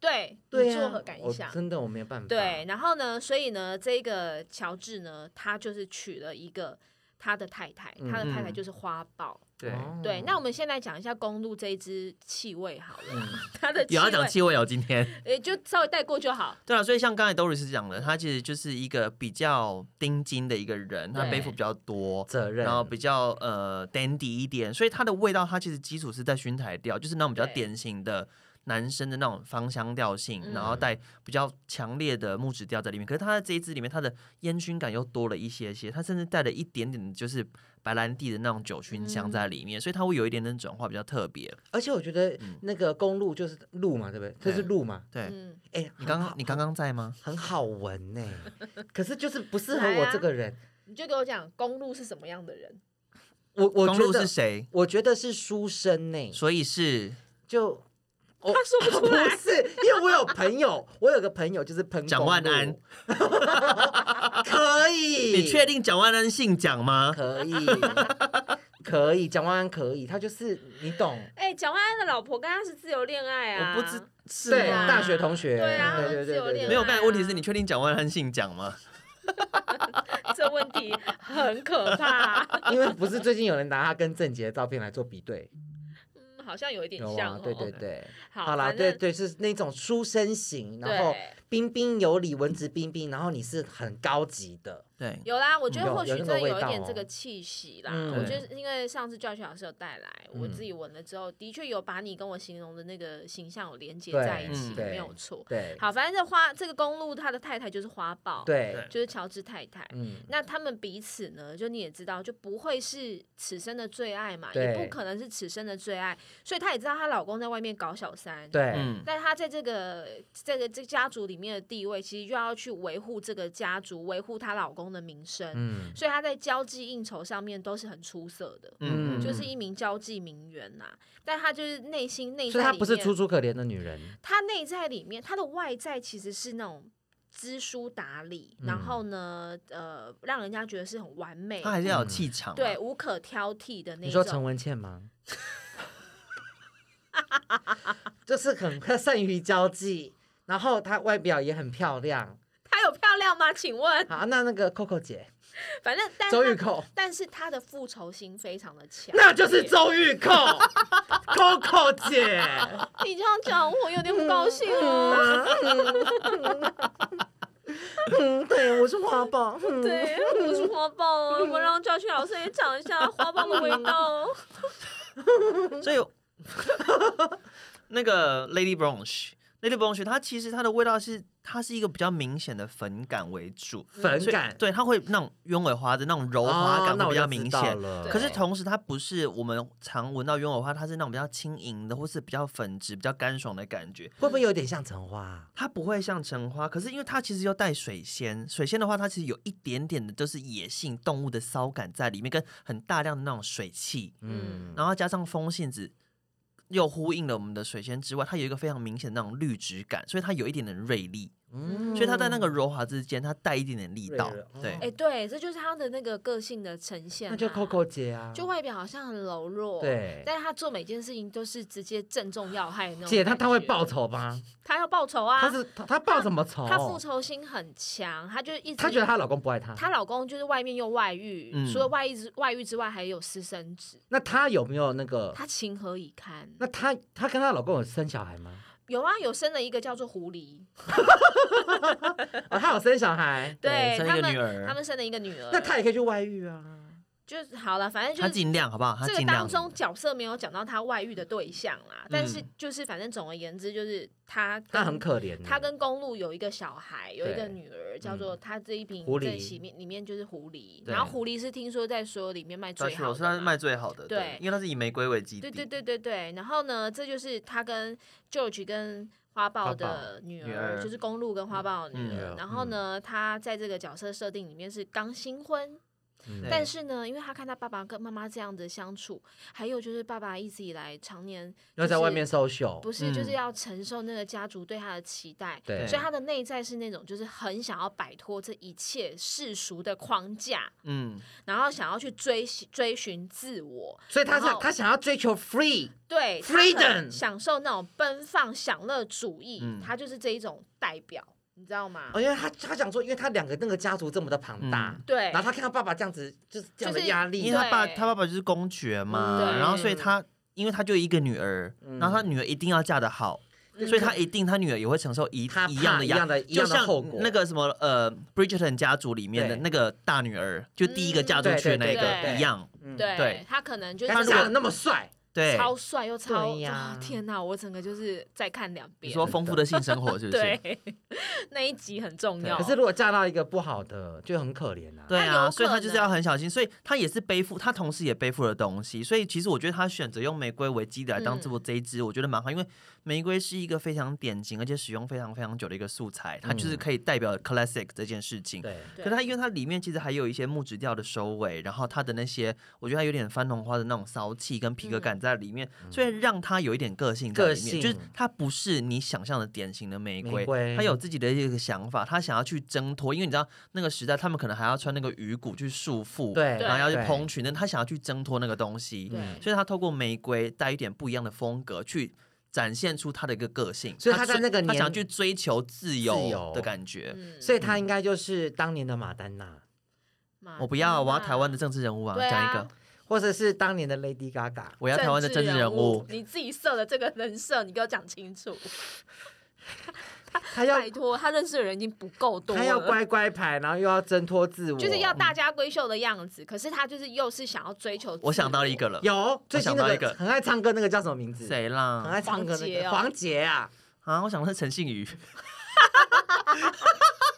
Speaker 3: 对，
Speaker 4: 对
Speaker 3: 你
Speaker 4: 啊
Speaker 3: 作何感
Speaker 4: 我
Speaker 3: 想？
Speaker 4: 真的我没有办法，
Speaker 3: 对，，然后呢，所以呢，这个乔治呢，他就是娶了一个他的太太，他的太太
Speaker 2: 嗯
Speaker 3: 就是花豹。
Speaker 2: 对，
Speaker 4: 哦
Speaker 3: 对，那我们先来讲一下公路这一支气味好了，
Speaker 4: 嗯
Speaker 3: 它的气
Speaker 2: 有要讲
Speaker 3: 味，
Speaker 2: 气味哦，今天。
Speaker 3: 也就稍微带过就好。
Speaker 2: 对啊，所以像刚才 Doris 讲的，他其实就是一个比较钉金的一个人，他
Speaker 3: 对
Speaker 2: 背负比较多。
Speaker 4: 责任，
Speaker 2: 然后比较呃 dandy 一点，所以它的味道它其实基础是在熏台调，就是那种比较
Speaker 3: 对
Speaker 2: 典型的男生的那种芳香调性，
Speaker 3: 嗯
Speaker 2: 然后带比较强烈的木质调在里面。可是它在这一支里面，它的烟熏感又多了一些些，它甚至带了一点点就是白兰地的那种酒熏香
Speaker 4: 嗯
Speaker 2: 在里面，所以它会有一点点转化，比较特别。
Speaker 4: 而且我觉得那个公路就是路嘛，对不对？这
Speaker 2: 嗯对
Speaker 4: 是路嘛，
Speaker 2: 对、
Speaker 3: 嗯，
Speaker 4: 哎、
Speaker 2: 你刚
Speaker 4: 很
Speaker 2: 刚
Speaker 4: 好
Speaker 2: 你刚刚在吗？
Speaker 4: 很好闻 呢、可是就是不适合
Speaker 3: 来
Speaker 4: 我
Speaker 3: 啊
Speaker 4: 这个人。
Speaker 3: 你就给我讲公路是什么样的人？
Speaker 4: 我我
Speaker 2: 公
Speaker 4: 觉
Speaker 2: 路
Speaker 4: 得
Speaker 2: 是谁？
Speaker 4: 我觉得是书生呢、
Speaker 2: 所以是
Speaker 4: 就我
Speaker 3: 他说 不出来
Speaker 4: 不是，因为我有朋友，我有个朋友就是喷
Speaker 2: 蒋
Speaker 4: 公
Speaker 2: 万
Speaker 4: 路
Speaker 2: 安，
Speaker 4: 可以，
Speaker 2: 你确定蒋万安姓蒋吗？
Speaker 4: 可 以，可以，蒋万安可以，他就是你懂，
Speaker 3: 哎、蒋万安的老婆跟他是自由恋爱啊，
Speaker 2: 我不知是
Speaker 4: 对，
Speaker 2: 吗
Speaker 3: 啊
Speaker 4: 大学同学，
Speaker 3: 对啊
Speaker 4: 对对
Speaker 3: 自
Speaker 4: 对
Speaker 3: 由
Speaker 4: 对对，
Speaker 3: 恋爱
Speaker 2: 没有，刚才问题是你确定蒋万安姓蒋吗？
Speaker 3: 这问题很 可怕。
Speaker 4: 因为不是最近有人拿他跟郑杰的照片来做比对，
Speaker 3: 嗯，好像有一点
Speaker 4: 有
Speaker 3: 像、
Speaker 4: 啊
Speaker 3: 哦，
Speaker 4: 对对对，
Speaker 3: 好，
Speaker 4: 啦，
Speaker 3: 反
Speaker 4: 对
Speaker 3: 正
Speaker 4: 对，是那种书生型，然后
Speaker 3: 对
Speaker 4: 彬彬有礼，文质彬彬，然后你是很高级的，
Speaker 2: 对，
Speaker 3: 有啦，我觉
Speaker 4: 嗯有
Speaker 3: 得或
Speaker 4: 有
Speaker 3: 许
Speaker 4: 那
Speaker 3: 真
Speaker 4: 个
Speaker 3: 的
Speaker 4: 味
Speaker 3: 有一
Speaker 4: 道
Speaker 3: 点
Speaker 4: 哦
Speaker 3: 这个气息啦。
Speaker 4: 嗯
Speaker 3: 我
Speaker 2: 对
Speaker 3: 觉得因为上次教学老师有带来，我
Speaker 4: 嗯
Speaker 3: 自己闻了之后，的确有把你跟我形容的那个形象有连接
Speaker 4: 对
Speaker 3: 在一
Speaker 2: 嗯
Speaker 3: 起，没
Speaker 4: 对
Speaker 3: 有错。
Speaker 4: 对
Speaker 3: 好，反正这花这个公路，他的太太就是花豹，，
Speaker 4: 对，
Speaker 3: 就是乔治太太。
Speaker 4: 嗯，
Speaker 3: 那他们彼此呢，就你也知道，就不会是此生的最爱嘛，
Speaker 4: 对
Speaker 3: 也不可能是此生的最爱，所以她也知道她老公在外面搞小三，
Speaker 4: 对，
Speaker 2: 嗯，
Speaker 3: 但她在这个这个这家族里面的地位，其实就要去维护这个家族，维护她老公的名声，
Speaker 4: 嗯，
Speaker 3: 所以她在交际应酬上面都是很出色的，
Speaker 2: 嗯，
Speaker 3: 就是一名交际名媛呐、但她就是内心内在
Speaker 4: 所以
Speaker 3: 里面，
Speaker 4: 她不是楚楚可怜的女人，
Speaker 3: 他内在里面，他的外在其实是那种知书达理，
Speaker 4: 嗯
Speaker 3: 然后呢，呃，让人家觉得是很完美
Speaker 2: 他，还是要有气场、啊
Speaker 3: 对，，无可挑剔的那
Speaker 4: 你说陈
Speaker 3: 种。
Speaker 4: 文茜吗？就是很她善于交际，然后她外表也很漂亮。
Speaker 3: 她有漂亮吗？请问，
Speaker 4: 好，那那个 Coco 姐，
Speaker 3: 反正但
Speaker 4: 啊周玉
Speaker 3: 她
Speaker 4: 蔻，
Speaker 3: 但是他的复仇心非常的强，
Speaker 4: 那就是。周玉蔻，Coco 姐。
Speaker 3: 你这样讲，我有点不高兴哦。
Speaker 4: 嗯嗯嗯，对，我是花豹。嗯，
Speaker 3: 对，我是花豹哦，我让教训老师也讲一下花豹的味道 哦。
Speaker 2: 所以那个 Lady Blanche，Lady Blanche，它其实它的味道是它是一个比较明显的粉感为主，
Speaker 4: 粉
Speaker 2: 所以
Speaker 4: 感
Speaker 2: 对，它会那种鸢尾花的那种柔
Speaker 4: 哦
Speaker 2: 滑感
Speaker 4: 那
Speaker 2: 会
Speaker 4: 我
Speaker 2: 比
Speaker 4: 就
Speaker 2: 较
Speaker 4: 知
Speaker 2: 明
Speaker 4: 道
Speaker 2: 显。
Speaker 4: 了
Speaker 2: 可是同时，它不是我们常闻到鸢尾花，它是那种比较轻盈的，或是比较粉质、比较干爽的感觉。
Speaker 4: 会不会有点像橙花啊？
Speaker 2: 它不会像橙花，可是因为它其实又带水仙，水仙的话，它其实有一点点的就是野性动物的骚感在里面，跟很大量的那种水汽，
Speaker 4: 嗯，
Speaker 2: 然后加上风信子，又呼应了我们的水仙之外，它有一个非常明显的那种绿植感，所以它有一点点锐利，
Speaker 4: 嗯
Speaker 2: 所以它在那个柔滑之间，它带一点点力道
Speaker 4: 锐了哦。
Speaker 2: 对，
Speaker 3: 哎，对，这就是他的那个个性的呈现啊。
Speaker 4: 那就 Coco 姐啊，
Speaker 3: 就外表好像很柔弱，
Speaker 4: 对
Speaker 3: 但是他做每件事情都是直接正中要害的那种。
Speaker 4: 姐她她会，报仇吗？
Speaker 3: 他要报仇啊，
Speaker 4: 她是她她报什么仇？
Speaker 3: 他复仇心很强，他就一直
Speaker 4: 她觉得她老公不爱她。
Speaker 3: 她老公就是外面又外遇，
Speaker 2: 嗯
Speaker 3: 除了外遇之外遇之外，还有私生子，
Speaker 4: 那她有没有那个？
Speaker 3: 他情何以堪？
Speaker 4: 哦那她她跟她老公有生小孩 吗？
Speaker 3: 有啊，有生了一个叫做狐狸，，
Speaker 4: 哦，她有生小孩
Speaker 3: 对
Speaker 2: 生了
Speaker 3: 他
Speaker 2: 一个女
Speaker 3: 们，
Speaker 2: 儿
Speaker 3: 他们生了一个女儿，
Speaker 4: 那她也可以去外遇啊。
Speaker 3: 就是好了，反正
Speaker 2: 他
Speaker 3: 就是
Speaker 2: 尽量好不好？他
Speaker 3: 这个
Speaker 2: 尽量
Speaker 3: 当。中角色没有讲到他外遇的对象啦，但是就是反正总而言之，就是他跟
Speaker 4: 他很可
Speaker 2: 嗯
Speaker 4: 怜欸，
Speaker 3: 他跟公路有一个小孩，有一个
Speaker 4: 对
Speaker 3: 女儿，叫做他这一瓶
Speaker 4: 狐
Speaker 3: 这
Speaker 4: 狸
Speaker 3: 里面里面就是狐狸，
Speaker 2: 对
Speaker 3: 然后狐狸是听说在所有里面卖
Speaker 2: 他
Speaker 3: 最
Speaker 2: 是
Speaker 3: 好
Speaker 2: 我
Speaker 3: 的
Speaker 2: 是他
Speaker 3: 嘛
Speaker 2: 卖最好的，
Speaker 3: 对
Speaker 2: 因为他是以玫瑰为基
Speaker 3: 对
Speaker 2: 底，
Speaker 3: 对对对对，然后呢，这就是他跟 George 跟花豹
Speaker 4: 花
Speaker 3: 的女
Speaker 2: 女
Speaker 3: 儿，
Speaker 2: 儿
Speaker 3: 就是公路跟花豹的女
Speaker 2: 嗯
Speaker 3: 儿。
Speaker 4: 嗯
Speaker 3: 然后呢，他在这个角色设定里面是刚新婚，
Speaker 4: 嗯
Speaker 2: 对
Speaker 3: 但是呢，因为他看他爸爸跟妈妈这样的相处，还有就是爸爸一直以来常年
Speaker 4: 要在
Speaker 3: 就是
Speaker 4: 外面 social，
Speaker 3: 不是就是
Speaker 2: 嗯
Speaker 3: 要承受那个家族对他的期待，
Speaker 4: 对
Speaker 3: 所以他的内在是那种就是很想要摆脱这一切世俗的框架，
Speaker 2: 嗯，
Speaker 3: 然后想要去追追寻自我，
Speaker 4: 所以他
Speaker 3: 然后
Speaker 4: 想他想要追求 free，
Speaker 3: 对他很
Speaker 4: Freedom
Speaker 3: 享受那种奔放享乐主义，
Speaker 2: 嗯
Speaker 3: 他就是这一种代表，你知道吗？
Speaker 4: 哦，因为他他想说，因为他两个那个家族这么的庞大，
Speaker 3: 对
Speaker 4: 然，后他看他爸爸这样子，就是这样的
Speaker 3: 嗯就是
Speaker 4: 压
Speaker 2: 因为
Speaker 4: 力，啊
Speaker 2: 他爸
Speaker 3: 对
Speaker 2: 他爸爸就是公爵嘛，
Speaker 3: 嗯对
Speaker 2: 然后所以他因为他就一个女儿，然
Speaker 4: 嗯
Speaker 2: 后他女儿一定要嫁得好，
Speaker 3: 嗯
Speaker 2: 所以他一定他女儿也会承受一
Speaker 4: 他怕
Speaker 2: 一样的
Speaker 4: 一
Speaker 2: 压
Speaker 4: 样的一
Speaker 2: 就
Speaker 4: 样的
Speaker 2: 像
Speaker 4: 后果，
Speaker 2: 那个什么呃，Bridgerton 家族里面的
Speaker 4: 对
Speaker 2: 那个大女儿，就第一个嫁出去的那
Speaker 3: 嗯对对对
Speaker 2: 个
Speaker 4: 对
Speaker 2: 一样，
Speaker 4: 嗯，
Speaker 3: 对
Speaker 2: 对
Speaker 3: 他可能就是
Speaker 4: 但
Speaker 2: 他如
Speaker 4: 是长
Speaker 2: 果
Speaker 4: 得那么帅，
Speaker 2: 对，
Speaker 3: 超帅又超
Speaker 4: 对呀
Speaker 3: 哦天哪！我整个就是再看两
Speaker 2: 你
Speaker 3: 遍，
Speaker 2: 说丰富的性生活是不是？
Speaker 3: 对那一集很重要。
Speaker 4: 可是如果嫁到一个不好的，就很可怜啊。
Speaker 2: 对
Speaker 3: 他有可
Speaker 2: 啊，
Speaker 3: 能
Speaker 2: 所以他就是要很小心，所以他也是背负，他同时也背负了东西，所以其实我觉得他选择用玫瑰为基底来当
Speaker 3: 嗯
Speaker 2: 这部这一支，我觉得蛮好，因为玫瑰是一个非常典型而且使用非常非常久的一个素材，它就是可以代表 classic 这件事情。
Speaker 4: 对，
Speaker 3: 对
Speaker 2: 可是它因为它里面其实还有一些木质调的收尾，然后它的那些我觉得它有点番红花的那种骚气跟皮革感在里面，所以让它有一点个性在里面，
Speaker 4: 嗯个性
Speaker 2: 就是它不是你想象的典型的玫瑰，
Speaker 4: 玫瑰
Speaker 2: 它有自己的一个想法，它想要去挣脱，因为你知道那个时代他们可能还要穿那个鱼骨去束缚，
Speaker 4: 对
Speaker 2: 然后要去
Speaker 4: 对
Speaker 2: 蓬裙，但他想要去挣脱那个东西，
Speaker 3: 对
Speaker 2: 所以他透过玫瑰带一点不一样的风格去。展现出他的一个个性，
Speaker 4: 所以他在
Speaker 2: 追
Speaker 4: 那个
Speaker 2: 他
Speaker 4: 年
Speaker 2: 想要去追求自由
Speaker 4: 由
Speaker 2: 的感觉，
Speaker 3: 嗯
Speaker 4: 所以他应该就是当年的马丹娜，啊
Speaker 3: 马
Speaker 2: 我不要，我要
Speaker 3: 丹
Speaker 2: 台湾的
Speaker 3: 娜
Speaker 2: 政治人物啊，
Speaker 3: 对啊
Speaker 2: 讲一个，
Speaker 4: 或者是当年的 Lady Gaga。
Speaker 2: 我要台湾的政治人物。
Speaker 3: 你自己设的这个人设，你给我讲清楚。
Speaker 4: 他要
Speaker 3: 拜托，他认识的人已经不够多了，
Speaker 4: 他要乖乖牌，然后又要挣脱自我，
Speaker 3: 就是要大家闺秀的样子。可是他就是又是想要追求自我。
Speaker 2: 我想到一个了，
Speaker 4: 有最近那
Speaker 2: 我想到一个
Speaker 4: 很爱唱歌那个叫什么名字？
Speaker 2: 谁
Speaker 4: 很
Speaker 2: 啦？
Speaker 4: 爱唱歌那个
Speaker 3: 黄哦
Speaker 4: 黄杰啊，
Speaker 2: 啊，我想的是陈信宇，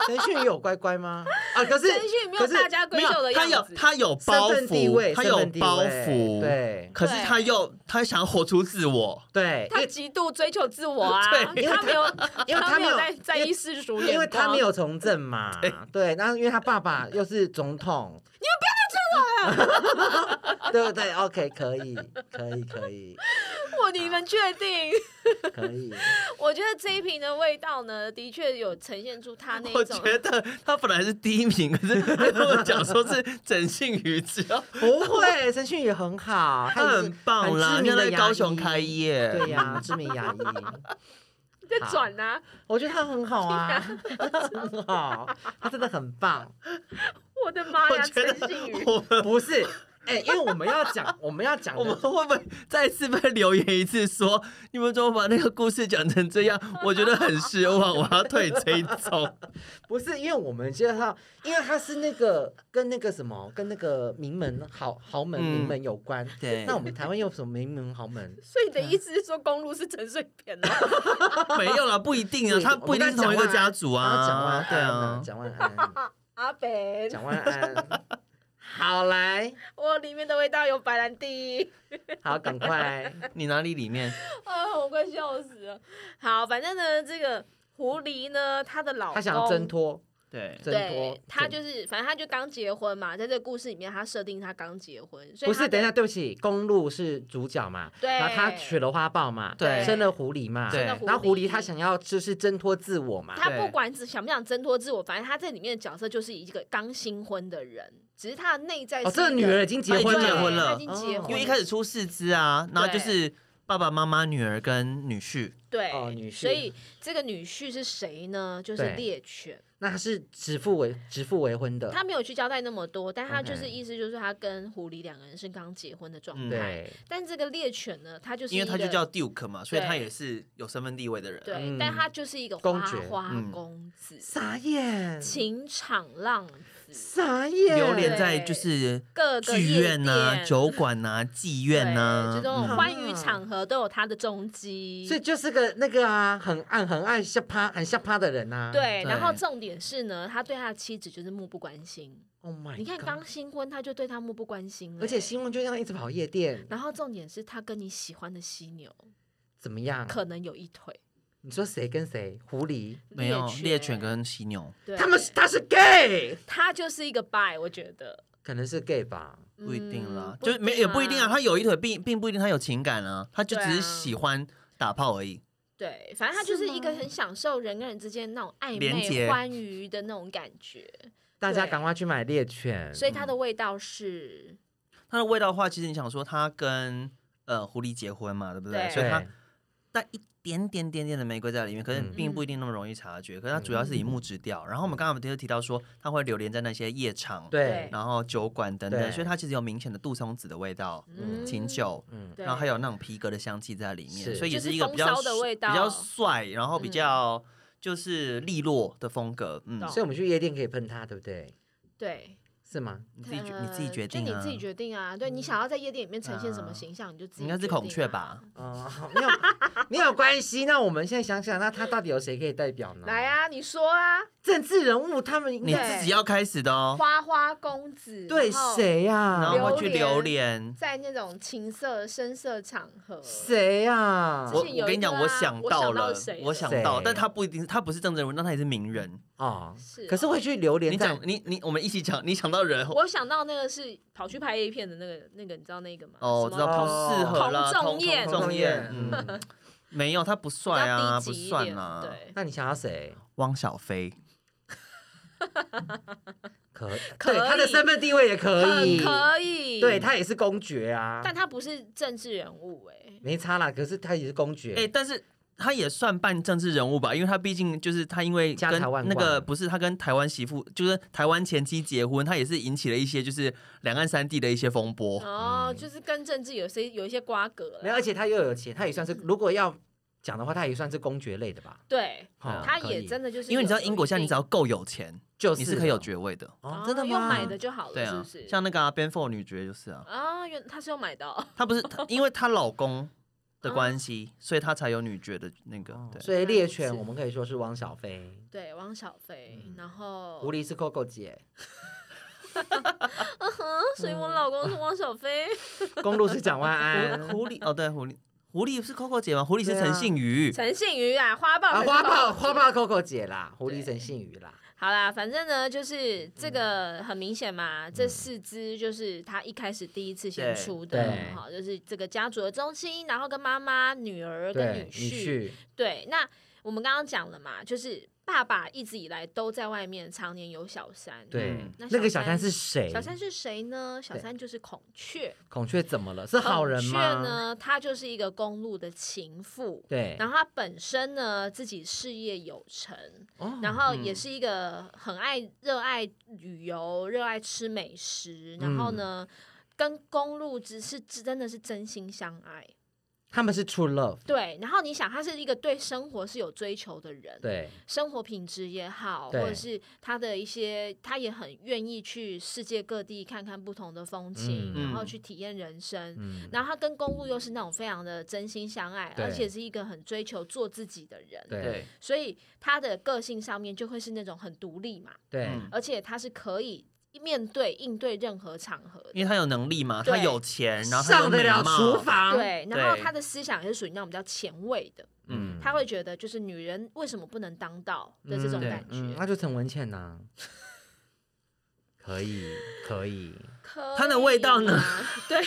Speaker 4: 陈迅有乖乖 吗？啊，可是
Speaker 3: 陈旭没有
Speaker 4: 可是
Speaker 3: 大家闺
Speaker 2: 没有
Speaker 3: 秀的，
Speaker 2: 他
Speaker 3: 样
Speaker 2: 有
Speaker 3: 子，
Speaker 2: 他有
Speaker 4: 身
Speaker 2: 包
Speaker 4: 份地位，
Speaker 2: 袱，他
Speaker 4: 身
Speaker 2: 有
Speaker 4: 份地位
Speaker 2: 包袱，，
Speaker 4: 对
Speaker 2: 可是他又他想要活出自我，
Speaker 4: 对，因
Speaker 3: 他
Speaker 4: 为
Speaker 3: 极度追求自我啊，
Speaker 2: 对
Speaker 3: 他没有，
Speaker 4: 因为
Speaker 3: 他
Speaker 4: 他没有
Speaker 3: 在在
Speaker 4: 因为
Speaker 3: 意世俗眼光，
Speaker 4: 因为他没有从政嘛
Speaker 2: 对，
Speaker 4: 对，然后因为他 爸爸又是总统，你们不要再 追我了，对不对？OK，可以，可以，可以，
Speaker 3: 我你们确定？
Speaker 4: 可以，
Speaker 3: 我觉得这一瓶的味道呢，的确有呈现出他那一
Speaker 2: 我
Speaker 3: 种。
Speaker 2: 觉得他本来是第一名，可是他跟我讲说是陈信宇，之后
Speaker 4: 不会，陈迅也很好，
Speaker 2: 他
Speaker 4: 也是
Speaker 2: 很棒啦，
Speaker 4: 很知
Speaker 2: 人家
Speaker 4: 名的
Speaker 2: 在
Speaker 4: 牙
Speaker 2: 高雄
Speaker 4: 医
Speaker 2: 开业，
Speaker 4: 对呀、知名牙医，
Speaker 3: 你在转啊呐、
Speaker 4: 我觉得他很好啊， 很好，他真的很棒。
Speaker 3: 我的妈
Speaker 2: 我
Speaker 3: 呀，
Speaker 2: 觉
Speaker 3: 陈
Speaker 2: 得
Speaker 3: 信宇，
Speaker 2: 我们
Speaker 4: 不是，哎、因为我们要讲，我们要讲的，
Speaker 2: 我们会不会再次被留言一次说，你们怎么把那个故事讲成这 样？我觉得很失望，我要退追踪。
Speaker 4: 不是，因为我们知道，因为他是那个跟那个什么，跟那个名门豪豪门
Speaker 2: 嗯
Speaker 4: 名门有关。
Speaker 2: 对
Speaker 4: 那我们台湾有什么名门 豪门？
Speaker 3: 所以你的意思是说公路是陈水扁的？
Speaker 2: 没有啦，不一定啊，
Speaker 4: 对
Speaker 2: 他不一定是同一个家族
Speaker 4: 啊讲万
Speaker 2: 啊。对
Speaker 4: 安
Speaker 2: 啊
Speaker 4: 啊，，蒋万安，
Speaker 3: 阿北，
Speaker 4: 蒋万安。好来，
Speaker 3: 我里面的味道有白兰地，
Speaker 4: 好，赶快，
Speaker 2: 你哪里里面？
Speaker 3: 啊，我快笑死了。好，反正呢，这个狐狸呢，她的老公
Speaker 4: 他想要挣脱，
Speaker 2: 对，
Speaker 4: 挣脱
Speaker 3: 对，，他
Speaker 4: 挣
Speaker 3: 就是反正他就刚结婚嘛，在这个故事里面，他设定他刚结婚，所以
Speaker 4: 不
Speaker 3: 他
Speaker 4: 是，等一下，对不起，公路是主角嘛，
Speaker 3: 对
Speaker 4: 然后他娶了花豹嘛，
Speaker 2: 对
Speaker 4: 生了狐狸嘛，
Speaker 2: 对
Speaker 3: 真的狸
Speaker 4: 然后狐狸他想要就是挣脱自我嘛，
Speaker 3: 他
Speaker 2: 对
Speaker 3: 不管只想不想挣脱自我，反正他这里面的角色就是一个刚新婚的人，只是他的内在
Speaker 4: 哦，这个女
Speaker 3: 人
Speaker 4: 儿已经结
Speaker 2: 已经
Speaker 4: 婚
Speaker 2: 结
Speaker 4: 了，
Speaker 2: 婚了哦
Speaker 3: 他已经结婚，
Speaker 2: 因为一开始出四只啊，然后就
Speaker 3: 对
Speaker 2: 是爸爸妈妈、女儿跟女婿。
Speaker 3: 对、
Speaker 4: 哦女婿
Speaker 3: 所以这个女婿是谁呢？就是
Speaker 4: 对
Speaker 3: 猎犬，
Speaker 4: 那他是指腹为指腹为婚的，
Speaker 3: 他没有去交代那么多，但他就是
Speaker 2: OK
Speaker 3: 意思就是他跟狐狸两个人是刚结婚的状
Speaker 2: 嗯
Speaker 3: 态，
Speaker 4: 对，
Speaker 3: 但这个猎犬呢，他就是
Speaker 2: 因为他
Speaker 3: 一
Speaker 2: 就
Speaker 3: 个
Speaker 2: 叫 Duke 嘛，所以
Speaker 3: 对
Speaker 2: 他也是有身份地位的人。
Speaker 3: 对、
Speaker 4: 嗯
Speaker 3: 但他就是一个
Speaker 4: 公
Speaker 3: 花
Speaker 4: 爵
Speaker 3: 花
Speaker 2: 嗯
Speaker 3: 公子。
Speaker 4: 傻眼，
Speaker 3: 情场浪子，
Speaker 4: 傻眼，
Speaker 2: 流连
Speaker 3: 对
Speaker 2: 在就是
Speaker 3: 各个
Speaker 2: 剧
Speaker 3: 夜
Speaker 2: 院呐、
Speaker 3: 店
Speaker 2: 酒馆呐、妓
Speaker 3: 对，
Speaker 2: 院呐、
Speaker 3: 就这种
Speaker 2: 嗯
Speaker 3: 欢愉场合都有它的踪迹。
Speaker 4: 所以就是个那个啊，很暗很爱下趴很下趴的人呐、啊。
Speaker 3: 对，然后
Speaker 2: 对
Speaker 3: 重点是呢，他对他的妻子就是漠不关心。
Speaker 4: ，Oh my，God
Speaker 3: 你看刚新婚，他就对他漠不关心了欸，
Speaker 4: 而且新闻就这样一直跑夜店，
Speaker 3: 然后重点是他跟你喜欢的犀牛
Speaker 4: 怎么样？
Speaker 3: 可能有一腿，
Speaker 4: 你说谁跟谁？狐狸，
Speaker 2: 没有猎
Speaker 3: 猎
Speaker 2: 犬跟犀牛
Speaker 3: 对
Speaker 4: 他们他是 gay，
Speaker 3: 他就是一个 bi，我觉得
Speaker 4: 可能是 gay 吧？
Speaker 2: 不一定
Speaker 3: 嗯
Speaker 2: 啦，
Speaker 3: 不
Speaker 2: 就是没也不一定啊。他有一腿并并不一定他有情感啊，他就
Speaker 3: 对
Speaker 2: 只
Speaker 3: 啊
Speaker 2: 是喜欢打炮而已。
Speaker 3: 对，反正他就是一个很享受人跟人之间那种暧
Speaker 2: 连结
Speaker 3: 昧、欢愉的那种感觉，
Speaker 4: 大家
Speaker 3: 对
Speaker 4: 赶快去买猎犬，
Speaker 3: 所以
Speaker 2: 嗯
Speaker 3: 它的味道是，
Speaker 2: 它的味道的话，其实你想说他跟呃狐狸结婚嘛，对不对？
Speaker 3: 对
Speaker 2: 所以他
Speaker 4: 对
Speaker 2: 带一点点点点的玫瑰在里面，可是
Speaker 4: 嗯
Speaker 2: 并不一定那么容易察觉。可是它主要是以木质调，然后我们刚刚有提到说，它会流连在那些夜场、
Speaker 4: 对，
Speaker 2: 然后酒馆等等，
Speaker 4: 对
Speaker 2: 所以它其实有明显的杜松子的味道、
Speaker 4: 嗯
Speaker 2: 琴酒，
Speaker 4: 嗯，
Speaker 3: 对
Speaker 2: 然后还有那种皮革的香气在里面，
Speaker 4: 是
Speaker 2: 所以也
Speaker 3: 就是
Speaker 2: 一个比较
Speaker 3: 风骚的味道
Speaker 2: 比较帅，然后比
Speaker 3: 嗯
Speaker 2: 较就是利落的风格。嗯，
Speaker 3: 懂
Speaker 4: 所以我们去夜店可以喷他，对不对？
Speaker 3: 对，
Speaker 4: 是吗？
Speaker 2: 你自己决
Speaker 3: 呃
Speaker 2: 你自己决定
Speaker 3: 就
Speaker 2: 啊，
Speaker 3: 你自己决定啊，对你想要在夜店里面呈现什么
Speaker 2: 啊
Speaker 3: 形象，你就自己
Speaker 2: 应该是
Speaker 3: 决定
Speaker 2: 孔雀
Speaker 3: 啊
Speaker 2: 吧？嗯
Speaker 4: 哦，没 有没有关系。那我们现在想想，那他到底有谁可以代表呢？
Speaker 3: 来，啊，你说啊，
Speaker 4: 政治人物他们应
Speaker 2: 你
Speaker 4: 该
Speaker 2: 自己要开始的哦，
Speaker 3: 花花公子，
Speaker 4: 对
Speaker 3: 然后
Speaker 4: 谁呀？
Speaker 2: 然后会去
Speaker 3: 榴
Speaker 2: 榴
Speaker 3: 莲
Speaker 2: 莲。
Speaker 3: 在那种情色、声色场合，
Speaker 4: 谁呀？
Speaker 2: 我
Speaker 3: 之前有
Speaker 2: 我跟你
Speaker 3: 一个
Speaker 2: 讲，
Speaker 3: 啊
Speaker 2: 我想
Speaker 3: 我
Speaker 2: 到
Speaker 3: 想到
Speaker 2: 了
Speaker 3: 谁，
Speaker 2: 我
Speaker 3: 了
Speaker 2: 想到，
Speaker 4: 谁
Speaker 2: 但他不一定，他不是政治人物，但他也是名人。
Speaker 4: 哦，
Speaker 3: 是啊
Speaker 4: 可是会去榴莲
Speaker 2: 你
Speaker 4: 在
Speaker 2: 讲，你你，我们一起讲，你想到人
Speaker 3: 我想到那个是跑去拍 A 片的那个那个，你知道那个吗？
Speaker 2: 哦，我知道
Speaker 4: 同
Speaker 2: 不适合啦，
Speaker 3: 同
Speaker 2: 同
Speaker 3: 仲彦
Speaker 2: 仲彦，嗯，
Speaker 4: 嗯，
Speaker 2: 没有，他不
Speaker 3: 比
Speaker 2: 帅啊，
Speaker 3: 较
Speaker 2: 不
Speaker 3: 低级一
Speaker 2: 算
Speaker 3: 点，
Speaker 2: 啦。，
Speaker 3: 对，
Speaker 4: 那你想要谁？
Speaker 2: 汪小菲，
Speaker 4: 可以
Speaker 3: 可
Speaker 4: 对他的
Speaker 3: 以
Speaker 4: 身份地位也可以，
Speaker 3: 很可以，
Speaker 4: 对，他也是公爵啊，
Speaker 3: 但他不是政治人物哎，
Speaker 4: 没差啦。可是他也是公爵，
Speaker 2: 哎、但是他也算半政治人物吧，因为他毕竟就是他，因为
Speaker 4: 家
Speaker 2: 跟
Speaker 4: 财万贯啊
Speaker 2: 那个不是他跟台湾媳妇，就是台湾前妻结婚，他也是引起了一些就是两岸三地的一些风波。
Speaker 3: 哦，就是跟政治有些有一些瓜葛
Speaker 4: 没有，
Speaker 3: 啦，
Speaker 4: 而且他又有钱，他也算是如果要讲的话，他也算是公爵类的吧，
Speaker 3: 对，
Speaker 2: 哦
Speaker 3: 他
Speaker 2: 可
Speaker 3: 也
Speaker 2: 以
Speaker 3: 真的就是有，
Speaker 2: 因为你知道英国现在你只
Speaker 3: 找
Speaker 2: 要够有钱，
Speaker 4: 就是
Speaker 2: 你是可以有爵位的。
Speaker 4: 哦，真的
Speaker 3: 用
Speaker 4: 吗？
Speaker 3: 买的就好
Speaker 2: 对
Speaker 3: 了，是
Speaker 2: 啊
Speaker 3: 不，是？
Speaker 2: 像那个、啊、Benford 女爵就是啊，
Speaker 3: 啊，原他是有买到，
Speaker 2: 她不是她因为她老公
Speaker 3: 嗯
Speaker 2: 的关系，所以她才有女爵的那个。
Speaker 4: 哦
Speaker 2: 对，
Speaker 4: 所以猎
Speaker 3: 原来
Speaker 4: 犬
Speaker 3: 如此
Speaker 4: 我们可以说是汪小菲，
Speaker 3: 对，汪小菲，然后
Speaker 4: 狐狸是 Coco 姐，
Speaker 3: 嗯，所以我老公是汪小菲，
Speaker 4: 公路是蒋万 安，
Speaker 2: 狐狐狸哦，对狐狸，狐狸是 Coco 姐吗？狐狸是
Speaker 4: 对啊
Speaker 2: 陈信宇。
Speaker 3: 陈信宇啊，花豹
Speaker 4: 啊，
Speaker 3: 陈
Speaker 4: 花
Speaker 3: 信
Speaker 4: 豹
Speaker 3: 宇
Speaker 4: 花豹 Coco 姐啦，狐
Speaker 3: 对
Speaker 4: 狸陈信宇啦，
Speaker 3: 好啦，反正呢，就是这个很明显嘛，这四只就是他一开始第一次先
Speaker 2: 对
Speaker 3: 出的
Speaker 4: 对，
Speaker 3: 好，就是这个家族的中心，然后跟妈妈、女儿跟
Speaker 4: 对，
Speaker 3: 婿，
Speaker 4: 婿，
Speaker 3: 对，那我们刚刚讲了嘛，就是爸爸一直以来都在外面，常年有小三，
Speaker 4: 对
Speaker 2: 嗯，
Speaker 3: 那
Speaker 4: 那个
Speaker 3: 小
Speaker 4: 小
Speaker 3: 三
Speaker 4: 三是谁？
Speaker 3: 小三是谁呢？小三就是孔雀，
Speaker 4: 孔雀怎么了？是好人
Speaker 3: 孔雀
Speaker 4: 吗？
Speaker 3: 呢，他就是一个公路的情妇。
Speaker 4: 对，
Speaker 3: 然后他本身呢，自己事业有成，
Speaker 4: 哦
Speaker 3: 然后也
Speaker 2: 嗯
Speaker 3: 是一个很爱、热爱旅游、热爱吃美食，
Speaker 4: 嗯
Speaker 3: 然后呢，跟公路只是真的是真心相爱。
Speaker 4: 他们是 True Love，
Speaker 3: 对，然后你想，他是一个对生活是有追求的人，
Speaker 4: 对，
Speaker 3: 生活品质也好，或
Speaker 4: 对
Speaker 3: 者是他的一些，他也很愿意去世界各地看看不同的风情，
Speaker 4: 嗯
Speaker 3: 然后
Speaker 2: 嗯
Speaker 3: 去体验人生。
Speaker 4: 嗯，
Speaker 3: 然后他跟公路又是那种非常的真心相爱，
Speaker 4: 对
Speaker 3: 而且是一个很追求做自己的人，
Speaker 4: 对
Speaker 2: 对，
Speaker 3: 所以他的个性上面就会是那种很独立嘛，
Speaker 4: 对，
Speaker 2: 嗯
Speaker 3: 而且他是可以面对应对任何场合的
Speaker 2: 因为他有能力嘛，
Speaker 3: 对
Speaker 2: 他有钱，然后他有
Speaker 4: 上得
Speaker 2: 美
Speaker 4: 了
Speaker 2: 貌
Speaker 4: 厨，房，，
Speaker 3: 对，然后
Speaker 2: 对
Speaker 3: 他的思想也是属于那种比较前卫的，
Speaker 2: 嗯，
Speaker 3: 他会觉得就是女人为什么不能当道的这种
Speaker 2: 对
Speaker 3: 感觉。
Speaker 4: 嗯，那就陈文倩呐、 可以，可 以，
Speaker 3: 可
Speaker 2: 它的味道呢
Speaker 3: 以吗？ 对，